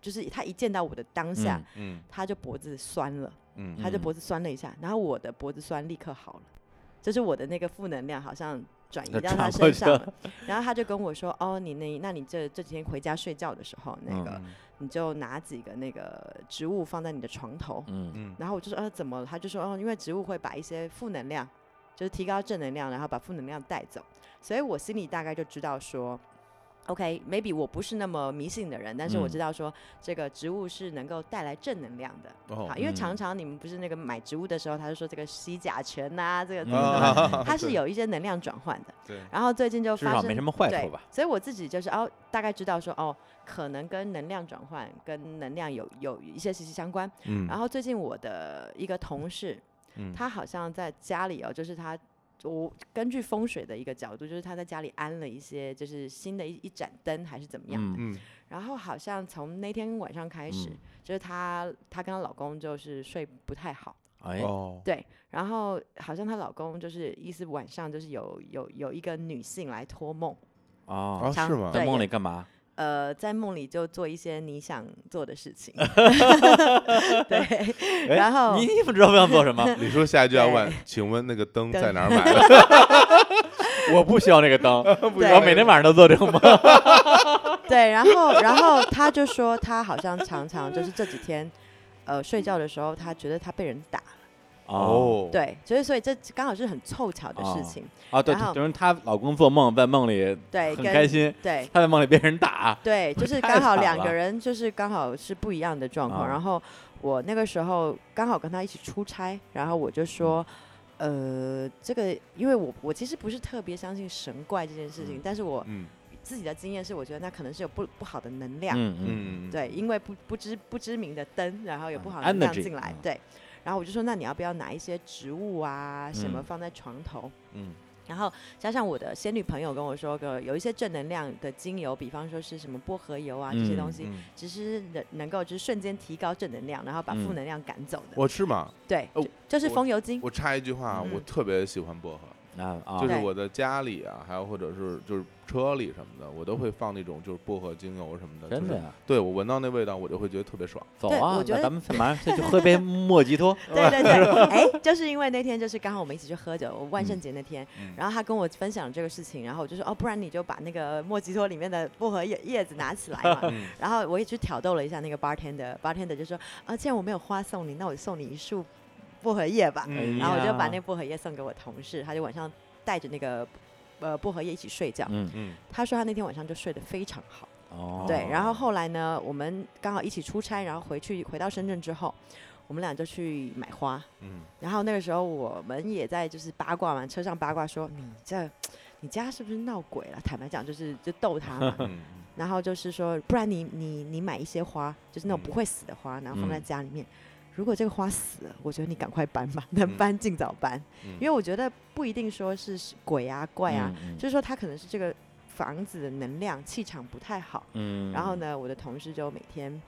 就是她一见到我的当下，嗯她就脖子酸了，嗯她就嗯脖子酸了一下，然后我的脖子酸立刻好了，就是我的那个负能量好像转移就到转她过身去上了了。 然后他就跟我说：“哦，你那，那你这这几天回家睡觉的时候，那嗯个、你就拿几个那个植物放在你的床头。嗯，嗯然后我就说：“呃，怎么了？”他就说：“哦，因为植物会把一些负能量，就是提高正能量，然后把负能量带走。”所以我心里大概就知道说。OK，maybe、我不是那么迷信的人，但是嗯我知道说这个植物是能够带来正能量的。哦好，因为嗯常常你们不是那个买植物的时候，他就说这个吸甲醛呐、这个这个东西，啊，它嗯是有一些能量转换的。对，然后最近就嗯至发少生没什么坏对，处吧。所以我自己就是哦，大概知道说哦，可能跟能量转换、跟能量有有一些息息相关。嗯然后最近我的一个同事，嗯他好像在家里哦，就是他。我根据风水的一个角度，就是他在家里安了一些，就是新的一一盏灯还是怎么样。嗯，嗯然后好像从那天晚上开始，嗯就是她她跟她老公就是睡不太好，哎，哦对，然后好像她老公就是意思晚上就是有有有一个女性来托梦，啊哦，是常吗？在对梦里干 嘛？呃，在梦里就做一些你想做的 事情，对，哎然后你你怎么知道我想做什 么？你说下一句要对问，请问那个灯灯在哪儿买的？我不需要那个灯，对我每天晚上都做这个梦。对，然后然后他就说他好像常常就是这几天，呃，睡觉的时候他觉得他被人打了，哦对，所以所以这刚好是很凑巧的事情，啊，对，然后等于她老公做梦，在梦里对，很跟开心，对，她在梦里被人 打，对，就是太刚好惨两了个人就是刚好是不一样的状况。啊然后我那个时候刚好跟他一起出差，然后我就说，呃，这个因为我我其实不是特别相信神怪这件事情，嗯但是我嗯自己的经验是，我觉得那可能是有不不好的能量，嗯嗯，嗯，对，因为不不知不知名的灯，然后有不啊好的能量，energy，进来嗯，对。然后我就说，那你要不要拿一些植物啊什么嗯放在床头？嗯然后加上我的仙女朋友跟我说个，有一些正能量的精油，比方说是什么薄荷油啊这些嗯东西，嗯，只是能能够就是瞬间提高正能量，然后把负能量赶走嗯的。我是吗？对，哦就就是我风油精。我插一句话，嗯我特别喜欢薄荷。啊啊，嗯就是对我的家里啊，还有或者是就是车里什么的，我都会放那种就是薄荷精油什么的。真就的是，呀，对我闻到那味道，我就会觉得特别爽。走对啊，我那觉得咱们马上就去喝杯莫吉托， 对对对，哎，就是因为那天就是刚好我们一起去喝酒，我万圣节那天，嗯然后他跟我分享这个事情，然后我就说哦，不然你就把那个莫吉托里面的薄荷叶叶子拿起 来嘛。嗯，然后我也去挑逗了一下那个 bartender，bartender 就说啊，既然我没有花送你，那我就送你一束薄荷叶吧。嗯然后我就把那呀薄荷叶送给我同事，他就晚上带着那个呃薄荷叶一起睡觉。嗯嗯他说他那天晚上就睡得非常好。哦，对，然后后来呢，我们刚好一起出差，然后回去回到深圳之后，我们俩就去买花。嗯。然后那个时候我们也在就是八卦嘛，车上八卦说你这你家是不是闹鬼了？坦白讲就是就逗他嘛 嗯然后就是说，不然你你你买一些花，就是那种不嗯会死的花，然后放在嗯家里面。如果这个花死了，我觉得你赶快搬 吧，能搬尽早搬，嗯，因为我觉得不一定说是是鬼啊怪啊，嗯，嗯就是说它可能是这个房子的能量气场不太好。嗯，然后呢，我的同事就每天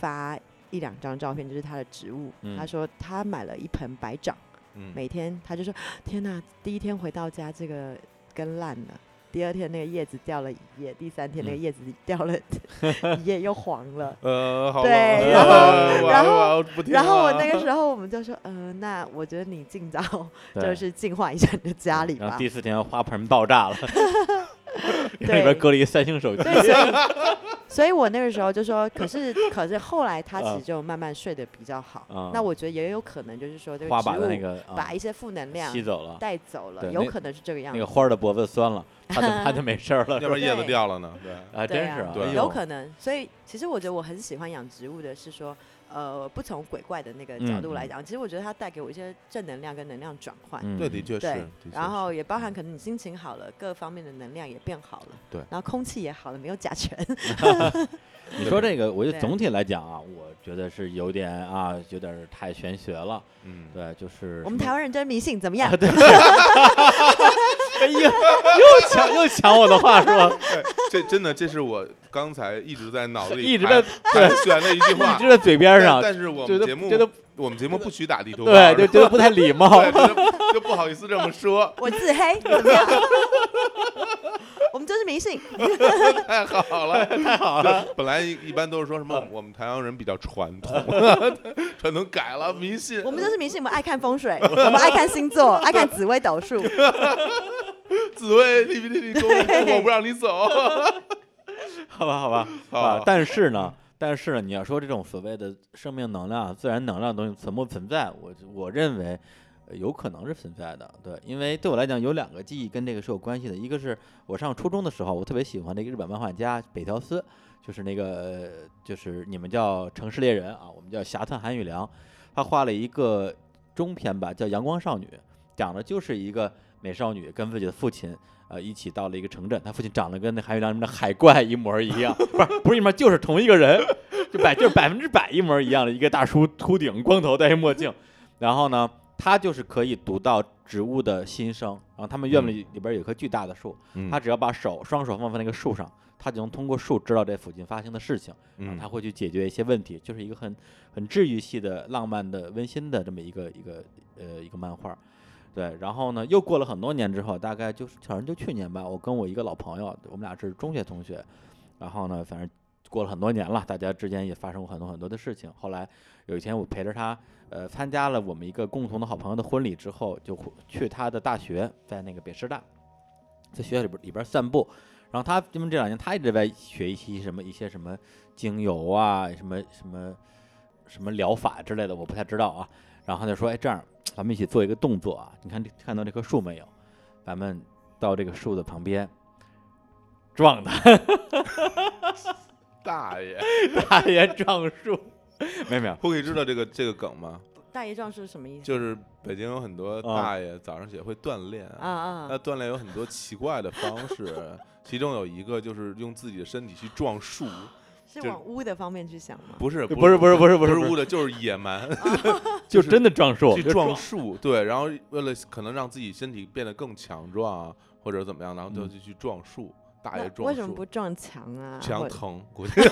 发一两张照片，就是他的植物。嗯他说他买了一盆白掌，嗯每天他就说：“天哪，第一天回到家，这个 根烂了。”第二天那个叶子掉了一叶，第三天那个嗯叶子掉了 一叶又黄 了。呃，好吧，对呃然后我然后我要不听然后我了啊那个时候我们就说，嗯，那我觉得你尽早啊对嗯就是净化一下你的家里然后吧。第四天花盆爆炸 了， 里对边搁了一三星手机，对，所 以，所以我那个时候就说，可是可是后来他其啊实就慢慢睡得比较好。啊那我觉得也有可能就是说这个花植把的那物个啊把一些负能量吸走了，带走了，对有那可能是这个样那个子。花儿的脖子酸了，她就她就没事儿了，要是不吧然叶子对啊掉了呢？对，啊，对真啊是啊，对哎有呦可能，所以其实我觉得我很喜欢养植物的是说，呃，不从鬼怪的那个角度来嗯嗯讲，其实我觉得它带给我一些正能量跟能量转换，嗯对，的确是。对的，确然是后也包含可能你心情好了，各方面的能量也变好了，对然后空气也好了，没有甲醛，你说这个，我觉得对总体来讲啊，我觉得是有点啊，有点儿太玄学了。嗯，对，就是 我们什台么湾人真迷信，怎么样？，啊哎呀，又抢又抢我的话说，对，这真的这是我刚才一直在脑子里一直在盘盘旋的一句话一，直在嘴边但上，但是我觉们得节目觉得我们节目不许打地图炮对，儿，就 觉得不太礼貌。 对就就不好意思这么说我自 黑，怎么样？我们就是迷信，太 好了，太好了。本来一般都是说什嗯么我们台湾人比较传统， 传统改了迷信我，们就是迷信，我们爱看风水，我们爱看 星座，爱看紫微斗数。紫薇你你你跟我对我不让你走，好吧，好吧，好啊！但是呢，但是呢，你要说这种所谓的生命能量、自然能量的东西存不存在，我我认为。呃有可能是存在的，对，因为对我来讲有两个记忆跟这个是有关系的，一个是我上初中的时候，我特别喜欢那个日本漫画家北条司，就是那个呃就是你们叫城市猎人啊，我们叫侠探韩宇良，他画了一个中篇吧，叫《阳光少女》，讲的就是一个美少女跟自己的父亲呃一起到了一个城镇，他父亲长得跟那韩玉良什么的海怪一模一样，不是不是一模，就是同一个人，就百就是百分之百一模一样的一个大叔，秃顶，光头，戴一墨镜，然后呢，他就是可以读到植物的心声，然后他们院子里里边有一棵巨大的树，他只要把手双手放在那个树上，他就能通过树知道这附近发生的事情。嗯然后他会去解决一些问题，就是一个很很治愈系的、浪漫的、温馨的这么一个一个呃一个漫画儿。对，然后呢，又过了很多年之后，大概就是好像就去年吧，我跟我一个老朋友，我们俩是中学同学，然后呢，反正过了很多年了，大家之间也发生过很多很多的事情。后来有一天，我陪着他，呃，参加了我们一个共同的好朋友的婚礼之后，就回去他的大学，在那个北师大，在学校里边里边散步。然后他因为这两年他一直在学一些什么一些什么精油啊，什么什么什么疗法之类的，我不太知道啊。然后他就说，哎，这样咱们一起做一个动作啊！你看这看到这棵树没有？咱们到这个树的旁边撞它，大爷， 大爷撞树，没有没有，会知道这个这个梗吗？大爷壮是什么意思？就是北京有很多啊大爷早上起来会锻炼啊啊呃那锻炼有很多奇怪的方式，其中有一个就是用自己的身体去撞树，是就是往污的方面去想吗？不是不是不是不是不不是是不污是，的，就是野蛮就就是真的撞树，去就撞树，对，然后为了可能让自己身体变得更强壮啊，或者怎么样，然后就嗯就去撞树，大那爷为撞什么不树，撞墙啊？墙或者疼，估计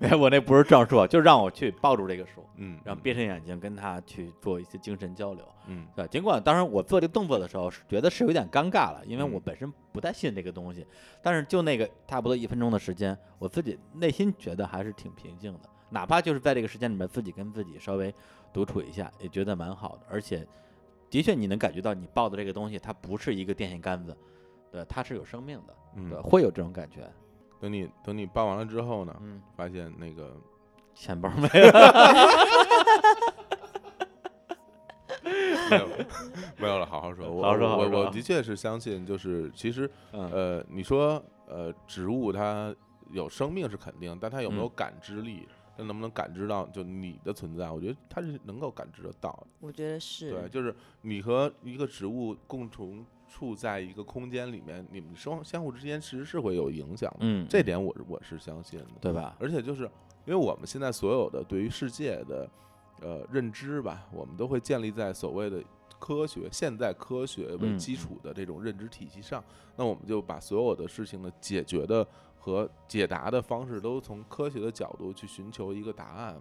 没有我那不是撞树，啊就让我去抱住这个树，嗯，然后变闭上眼睛跟它去做一些精神交流。嗯对，尽管当然我做这个动作的时候是觉得是有点尴尬了，因为我嗯本身不太信这个东西，但是就那个差不多一分钟的时间，我自己内心觉得还是挺平静的，哪怕就是在这个时间里面自己跟自己稍微独处一下，也觉得蛮好的。而且，的确你能感觉到你抱的这个东西，它不是一个电线杆子，对，它是有生命的，对，嗯，会有这种感觉。等你等你办完了之后呢，嗯，发现那个钱包 没了，没有没有了，好好说，我好好说好好我说我啊的确是相信，就是其实嗯，呃，你说呃，植物它有生命是肯定，但它有没有嗯感知力？它能不能感知到就你的存在？我觉得它是能够感知得到的。我觉得对，是，就是你和一个植物共同处在一个空间里面，你们生相互之间其实是会有影响的。嗯，这点我是我是相信的。对吧？而且就是因为我们现在所有的对于世界的呃认知吧，我们都会建立在所谓的科学、现代科学为嗯基础的这种认知体系上。那我们就把所有的事情的解决的和解答的方式都从科学的角度去寻求一个答案。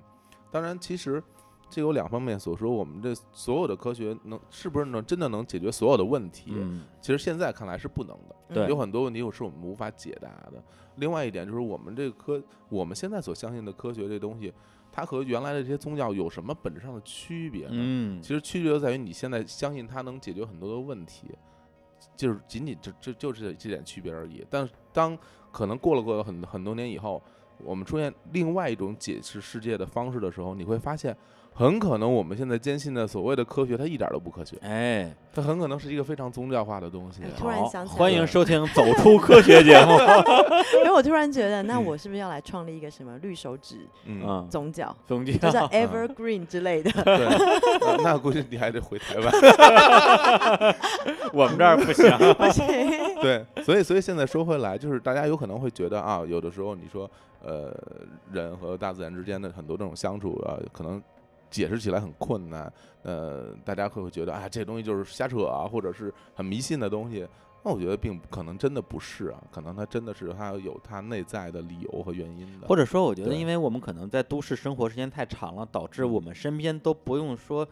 当然，其实。这有两方面所说，我们这所有的科学能是不是能真的能解决所有的问题？嗯，其实现在看来是不能的，嗯对有很多问题我是我们无法解答的。另外一点就是我们这个科，我们现在所相信的科学这东西，它和原来的这些宗教有什么本质上的区别呢？嗯，其实区别就在于你现在相信它能解决很多的问题，就是仅仅这这就是这这点区别而已。但是当可能过了过了很很多年以后，我们出现另外一种解释世界的方式的时候，你会发现，很可能我们现在坚信的所谓的科学，它一点儿都不科学，哎，它很可能是一个非常宗教化的东西哎。突然好，想起来欢迎了收听《走出科学》节目。 因为我突然觉得，那我是不是要来创立一个什么绿手指嗯， 嗯，宗教，总结就叫 Evergreen 之类的？对，那那估计你还得回台湾。哎我们这儿不 行。不行，对，所以所以现在说回来，就是大家有可能会觉得啊，有的时候你说呃，人和大自然之间的很多这种相处啊，可能解释起来很困难。呃，大家会会觉得啊，这东西就是瞎扯啊，或者是很迷信的东西。那我觉得并不可能真的不是啊，可能它真的是它有它内在的理由和原因的。或者说，我觉得，对因为我们可能在都市生活时间太长了，导致我们身边都不用说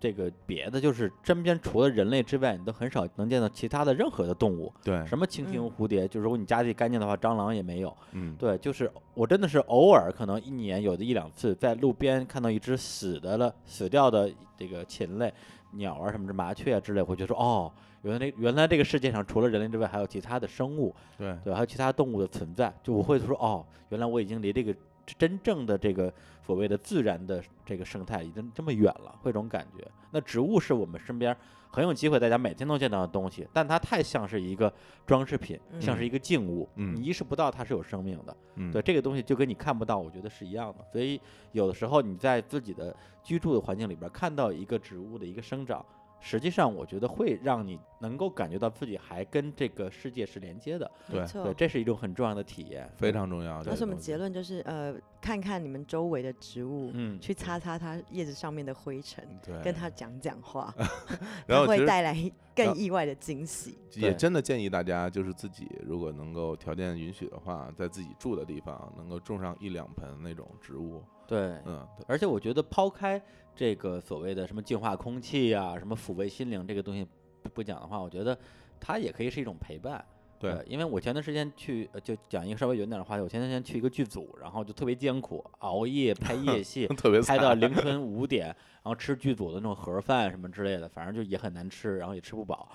这个别的，就是身边除了人类之外，你都很少能见到其他的任何的动物，对，什么蜻蜓、嗯蝴蝶，就如果你家里干净的话，蟑螂也没有。嗯，对，就是我真的是偶尔可能一年有的一两次，在路边看到一只死的了、死掉的这个禽类、鸟啊什么的、麻雀啊之类，我就说哦，原来原来这个世界上除了人类之外还有其他的生物，对，对，还有其他动物的存在，就我会说哦，原来我已经离这个真正的这个所谓的自然的这个生态已经这么远了，会有种感觉。那植物是我们身边很有机会大家每天都见到的东西，但它太像是一个装饰品，像是一个静物，嗯你意识不到它是有生命的。嗯，对，这个东西就跟你看不到，我觉得是一样的。所以有的时候你在自己的居住的环境里边儿看到一个植物的一个生长，实际上我觉得会让你能够感觉到自己还跟这个世界是连接的。对对，没错。这是一种很重要的体验。非常重要。那这是我个们东西结论就是，呃，看看你们周围的植物，嗯，去擦擦它叶子上面的灰尘，嗯对，跟它讲讲话， 然它后其会实带来然更后意外的惊喜。也对真的建议大家，就是自己如果能够条件允许的话，在自己住的地方能够种上一两盆那种植物，对。嗯，对而且我觉得抛开这个所谓的什么净化空气啊、什么抚慰心灵这个东西不不讲的话，我觉得它也可以是一种陪伴。对呃因为我前段时间去，呃就讲一个稍微远点的话题，我前段时间去一个剧组，然后就特别艰苦，熬 ，夜拍夜戏特别拍惨到凌晨五点，然后吃剧组的那种盒饭什么之类的，反正就也很难吃，然后也吃不饱。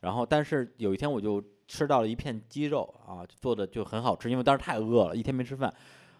然后，但是有一天我就吃到了一片鸡肉啊，做的就很好吃，因为当时太饿了，一天没吃饭。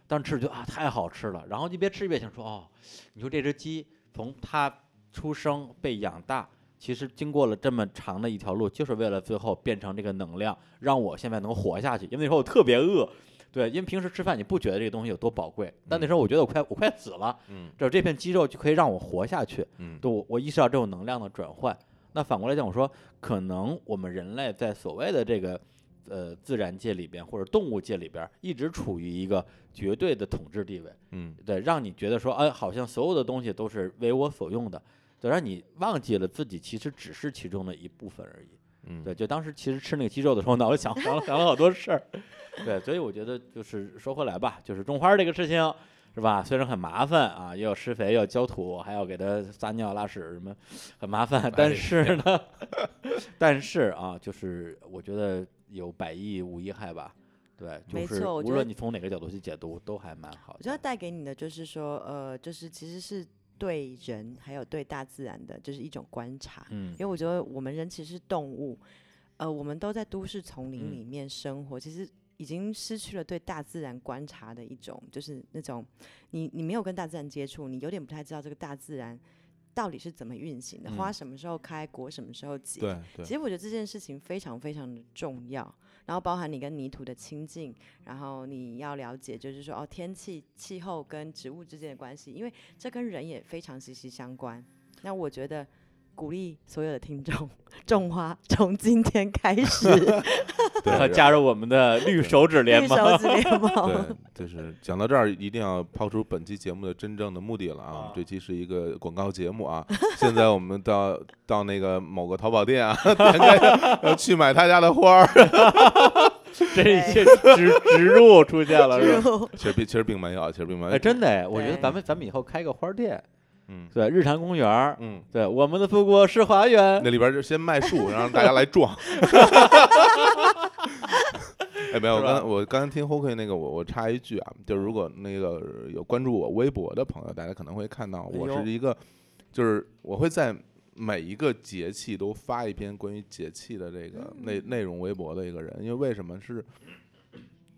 当时吃就啊太好吃了，然后就别吃越想说哦，你说这只鸡从它出生被养大，其实经过了这么长的一条路，就是为了最后变成这个能量，让我现在能活下去。因为那时候我特别饿，对，因为平时吃饭你不觉得这个东西有多宝贵，但那时候我觉得我快我快死了，嗯这这片鸡肉就可以让我活下去。嗯，对我我意识到这种能量的转换。那反过来讲，我说可能我们人类在所谓的这个呃自然界里边或者动物界里边，一直处于一个绝对的统治地位，嗯对，让你觉得说，哎，好像所有的东西都是为我所用的，对，让你忘记了自己其实只是其中的一部分而已。嗯，对，就当时其实吃那个鸡肉的时候， 脑子想想了想了好多事儿。对，所以我觉得就是说回来吧，就是种花儿这个事情是吧？虽然很麻烦啊，又要施肥，又要浇土，还要给它撒尿拉屎什么，很麻哎烦。但是呢， 但是啊，就是我觉得有百益无一害吧。对，就没是错我无觉论得你从哪个角度去解读，都还蛮好我觉得的。带给你的就是说，呃，就是其实是对人还有对大自然的，就是一种观察。嗯因为我觉得我们人其实是动物，呃，我们都在都市丛嗯林里面生活，其实已经失去了对大自然观察的一种，就是那种你你没有跟大自然接触，你有点不太知道这个大自然到底是怎么运行的，花嗯什么时候开，果什么时候结。对对其实我觉得这件事情非常非常的重要，然后包含你跟泥土的亲近，然后你要了解，就是说哦，天气、气候跟植物之间的关系，因为这跟人也非常息息相关。那我觉得鼓励所有的听众种花，从今天开 始，对，然加入我们的绿手指联绿盟。手指联盟。 对，就是讲到这儿，一定要抛出本期节目的真正的目的了啊！我们啊这期是一个广告节目啊。 现在我们到到那个某个淘宝店啊， 点开呃去买他家的花儿， 这一些植植入出现了是吧？入其实并其实并没有，其实并没有哎，。真的哎，我觉得对咱们咱们以后开个花儿店，嗯对，日坛公园儿，嗯，对，我们的祖国是花园。那里边儿就先卖 树，然后大家来撞。哎，没有，我是吧刚我刚才听 Hoki 那个，我我插一句啊，就是如果那个有关注我微博的朋友，大家可能会看到啊我哎呦是一个，就是我会在每一个节气都发一篇关于节气的这个内嗯内容微博的一个人，因为为什么是？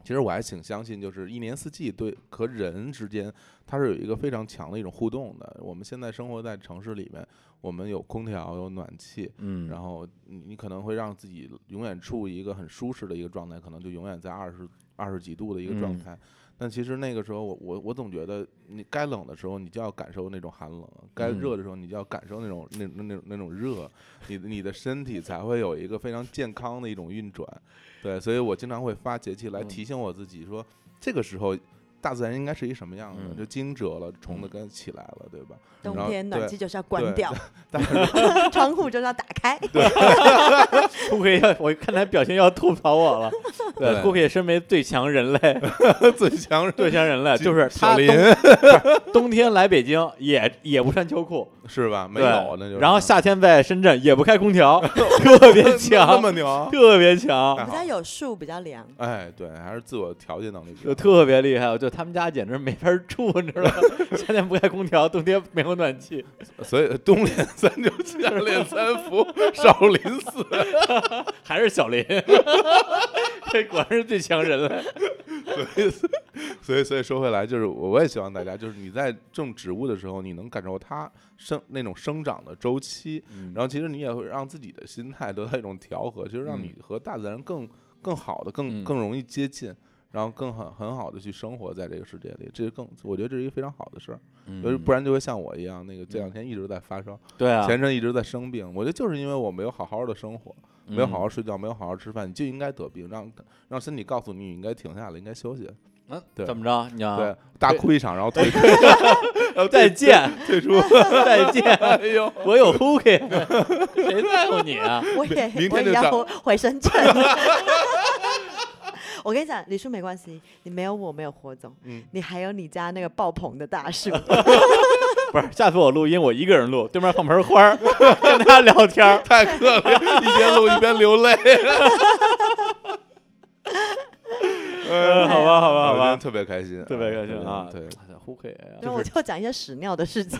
其实我还挺相信，就是一年四季对和人之间，它是有一个非常强的一种互动的。我们现在生活在城市里面，我们有空调，有暖气，嗯 然后你你可能会让自己永远处于一个很舒适的一个状态，可能就永远在二十二十几度的一个状嗯态。但其实那个时候我，我我总觉得，你该冷的时候，你就要感受那种寒冷；该嗯热的时候，你就要感受那种那那那种那种热，你的你的身体才会有一个非常健康的一种运转。对，所以我经常会发节气来嗯提醒我自己说，这个时候大自然应该是一什么样子的？嗯就惊蛰了，虫子该起来了，对吧？ 然冬后天暖对气就是要对关掉，但是 窗户就是要打开。库克要，我看他表情要吐槽我 了。对，对库克身为最强人类， 最强最强人类就是小他林冬冬天来北京也也不穿秋裤，是吧？没对有，那就是然后夏天在深圳也不开空 调，特别那强么，啊牛， 特别太强，我好们家有树比较凉，哎，对，还是自我调节能力比较就好，特别厉害。我就他们家简直没法住，你知道吗？ 夏天不开空调，冬天没有暖气。所以冬练三九，夏练三伏，少林寺。 还是小林， 这果然是最强人类。所以，所以说回来，就是我我也希望大家，就是你在种植物的时候，你能感受它生那种生长的周嗯期，然后其实你也会让自己的心态得到一种调和，就是让你和大自然更更好的、更嗯更容易接近。然后更很很好的去生活在这个世界里，这是更我觉得这是一个非常好的事儿，嗯就是呃不然就会像我一样，那个这两天一直在发烧，对啊，前阵一直在生病，我觉得就是因为我没有好好的生活，没嗯有好好睡觉，没有好好吃饭，你就应该得病，让让身体告诉你你应该停下来，应该休息。嗯，对怎么着？你要对，大哭一场，然 后退对再见，退出。 再见。哎呦，我有 hooky，谁在乎你 啊？ 我也明我天就也要涨回 回深圳。我跟你讲，李叔没关系，你没有我，没有霍总，嗯啊你还有你家那个爆棚的大树。 不是，下次我录音我一个人录，对面放盆花儿， 跟他聊天 儿。太可怜，一边录一边流泪。哎嗯，好吧，好吧， 好我今天吧，特别开心，特别开心啊！哎对， ，hooky 然后就我是就讲一些屎尿的事情，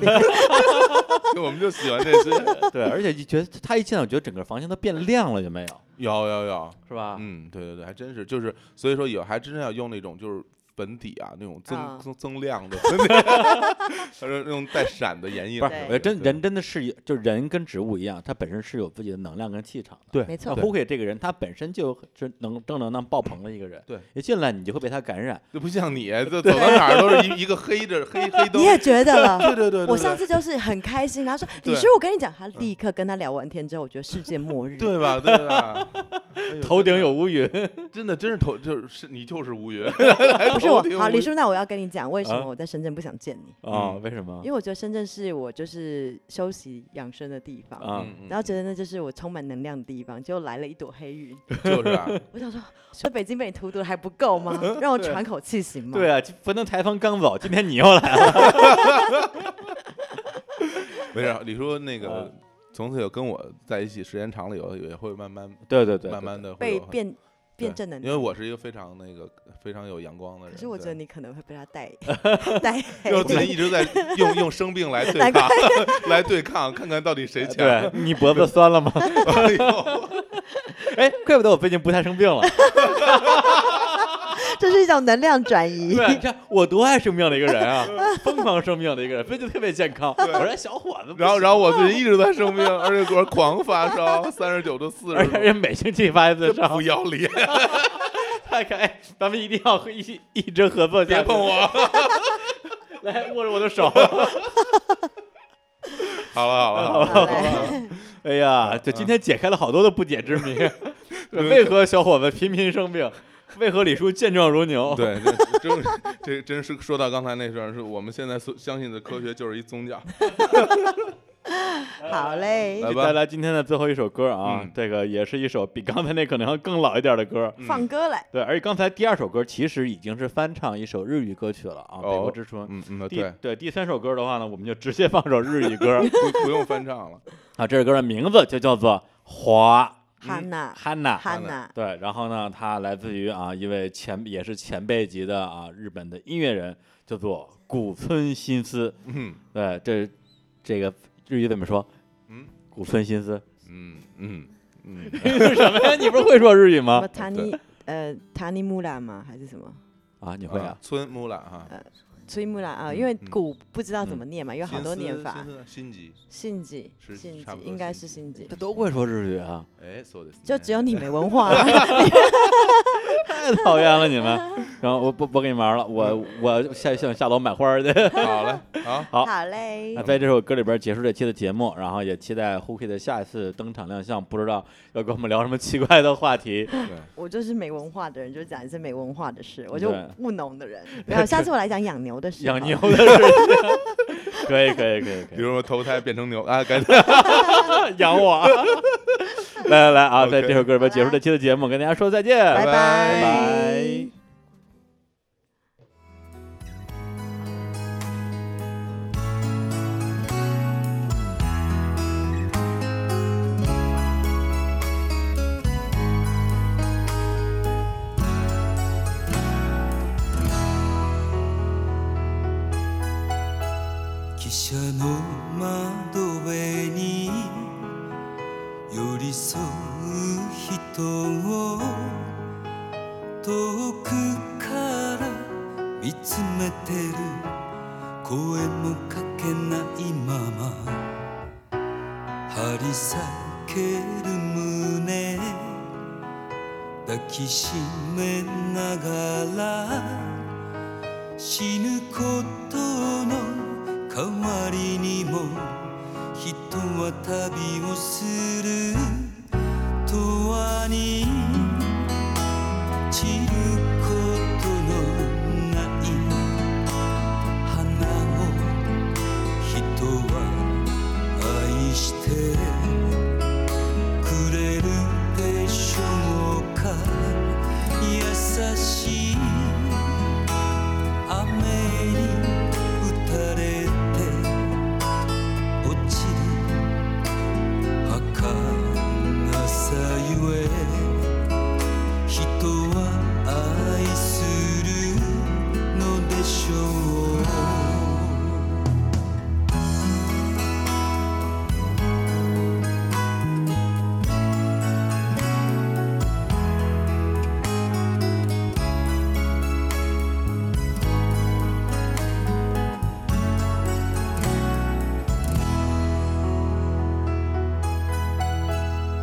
就我们就喜欢这些。 对，而且就觉得他一进来，我觉得整个房间都变亮了，有没有？有有有，是吧？嗯，对对对，还真是，就是所以说有还真是要用那种就是粉底啊，那种增啊增增亮的粉底， 还是那种带闪的眼影不的。是，我觉得对真对人真的是有，就人跟植物一样，它本身是有自己的能量跟气场的。对，没那错，胡凯这个人，他本身就是能正能量爆棚的一个人，对，一进来你就会被他感染。就不像 你，这走到哪儿都是一一个黑着黑黑灯你。也觉得了。对对对，对我上对次就是很开心，然后说对嗯李叔，我跟你讲，他立刻跟他聊完天之后，我觉得世界末日。 对吧？对 吧？哎呦头顶有乌云，真的真是头就是你就是乌 云，不是我头顶，好，乌李云叔，那我要跟你讲，为什啊么我在深圳不想见你？啊、嗯为什么因？为我觉得深圳是我就是休息养生的地方，啊、嗯嗯然后觉得那就是我充满能量的地方，结果来了一朵黑云，就是 啊，我想说，说北京被你荼毒的还不够 吗？让我喘口气行吗？对啊，不能台风刚走，今天你又来了。没事。李叔那个嗯从此有跟我在一起时间长了以后，也会慢慢对对对，慢慢的被变变正能因为量。我是一个非常那个非常有阳光的人。可是我觉对得你可能会被他带 带就是咱黑。一直 在用用生病来对难抗， 来对抗，看看到底谁强。对你脖子酸了 吗？ 哎呦，哎，怪不得我最近不太生病 了。这是一种能量转移。对，你看我多爱生病的一个人 啊，疯狂生病的一个人，最近特别健康。我说小伙子不行，然后然后我最近一直在生病，而且昨儿狂发烧，三十九度四而十且而且度，每星期发一 次真烧不，要脸，看看，哎，咱们一定要一一直合作下别去。碰我。 来握着我的手。 好了好了好了， 好嘞，哎呀，这今天解开了好多的不解之谜。 为何小伙子频频生病？为何李叔健壮如牛？对，这真这真是说到刚才那段，是我们现在所相信的科学就是一宗 教。好嘞来，给吧大家今天的最后一首歌啊，嗯这个也是一首比刚才那可能要更老一点的歌。嗯放歌来。对，而且刚才第二首歌其实已经是翻唱一首日语歌曲了啊，北国哦之春》。嗯嗯，第对，对第三首歌的话呢，我们就直接放首日语 歌不不用翻唱了。啊，这首歌的名字就叫做《花嗯汉娜，汉娜》。汉娜，对，然后呢，它来自于啊一位前也是前辈级的啊日本的音乐人，叫做古村新司。嗯对，这这个日语怎么说？嗯古村新 司嗯 嗯嗯，是什么呀？你不是会说日语什啊吗么？塔尼呃塔尼木兰吗？还是什么啊，你会啊？村木兰哈，崔木兰啊？嗯因为嗯古不知道怎么念呃嘛，有好多念法。心急。信吉，是信吉差不多应该信是吉信吉，这都会说日语 啊！哎，そうですね。就只有你没文化啊。太讨厌了你们。然后我不不跟你玩了，我我下想下楼买花去。 好嘞， 好，好好 嘞那，在这首歌里边结束这期的节目，然后也期待 h o o k y 的下一次登场亮相，不知道要跟我们聊什么奇怪的话题。对，我就是没文化的人，就讲一些没文化的事，我就对务农的人。然后下次我来讲养牛的事。养牛，的事情，可以可以可以比可以，如说投胎变成牛啊，赶紧养我啊。 来来来啊，在 OK 这首歌里边结束这期的节目，跟大家说再见，拜拜拜。汽車の窓辺に寄り添う人を遠くから見つめてる声もかけないまま張り裂ける胸抱きしめながら死ぬことの代わりにも人は旅をする永遠に散ることのない花を人は愛してくれるでしょうか優しい雨に打たれて落ちる儚さゆえ人は愛するのでしょう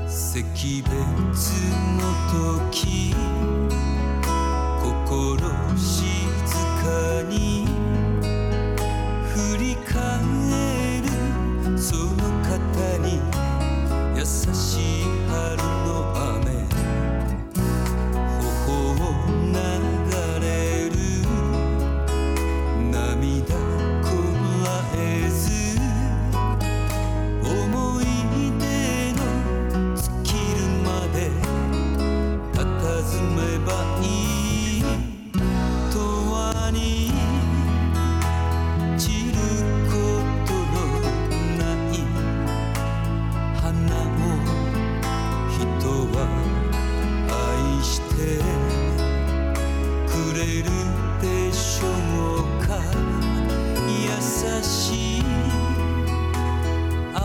惜別の時心静かに振り返るその方に優しい春の雨頬を流れる涙こらえず思い出の尽きるまで佇めばいい永遠に散ることのない花を人は愛してくれるでしょうか優しい雨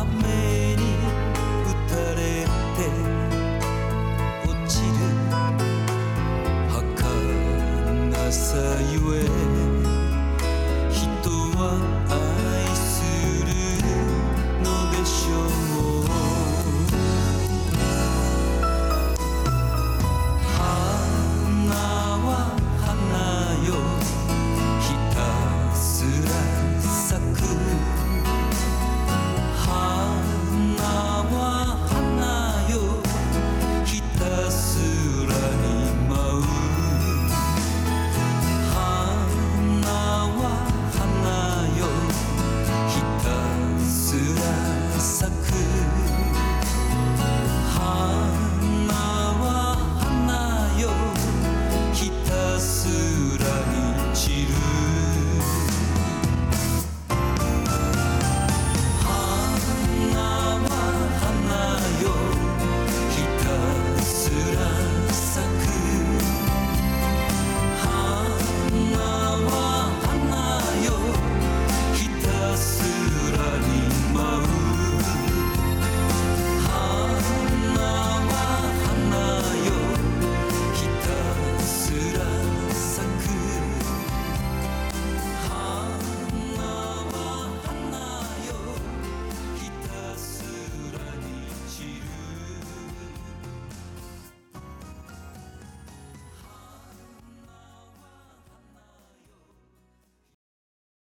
に打たれて落ちる儚さゆえ人は愛するのでしょう花は花よひたすら咲く花は花よひたすらに舞う花は花よひたすら咲く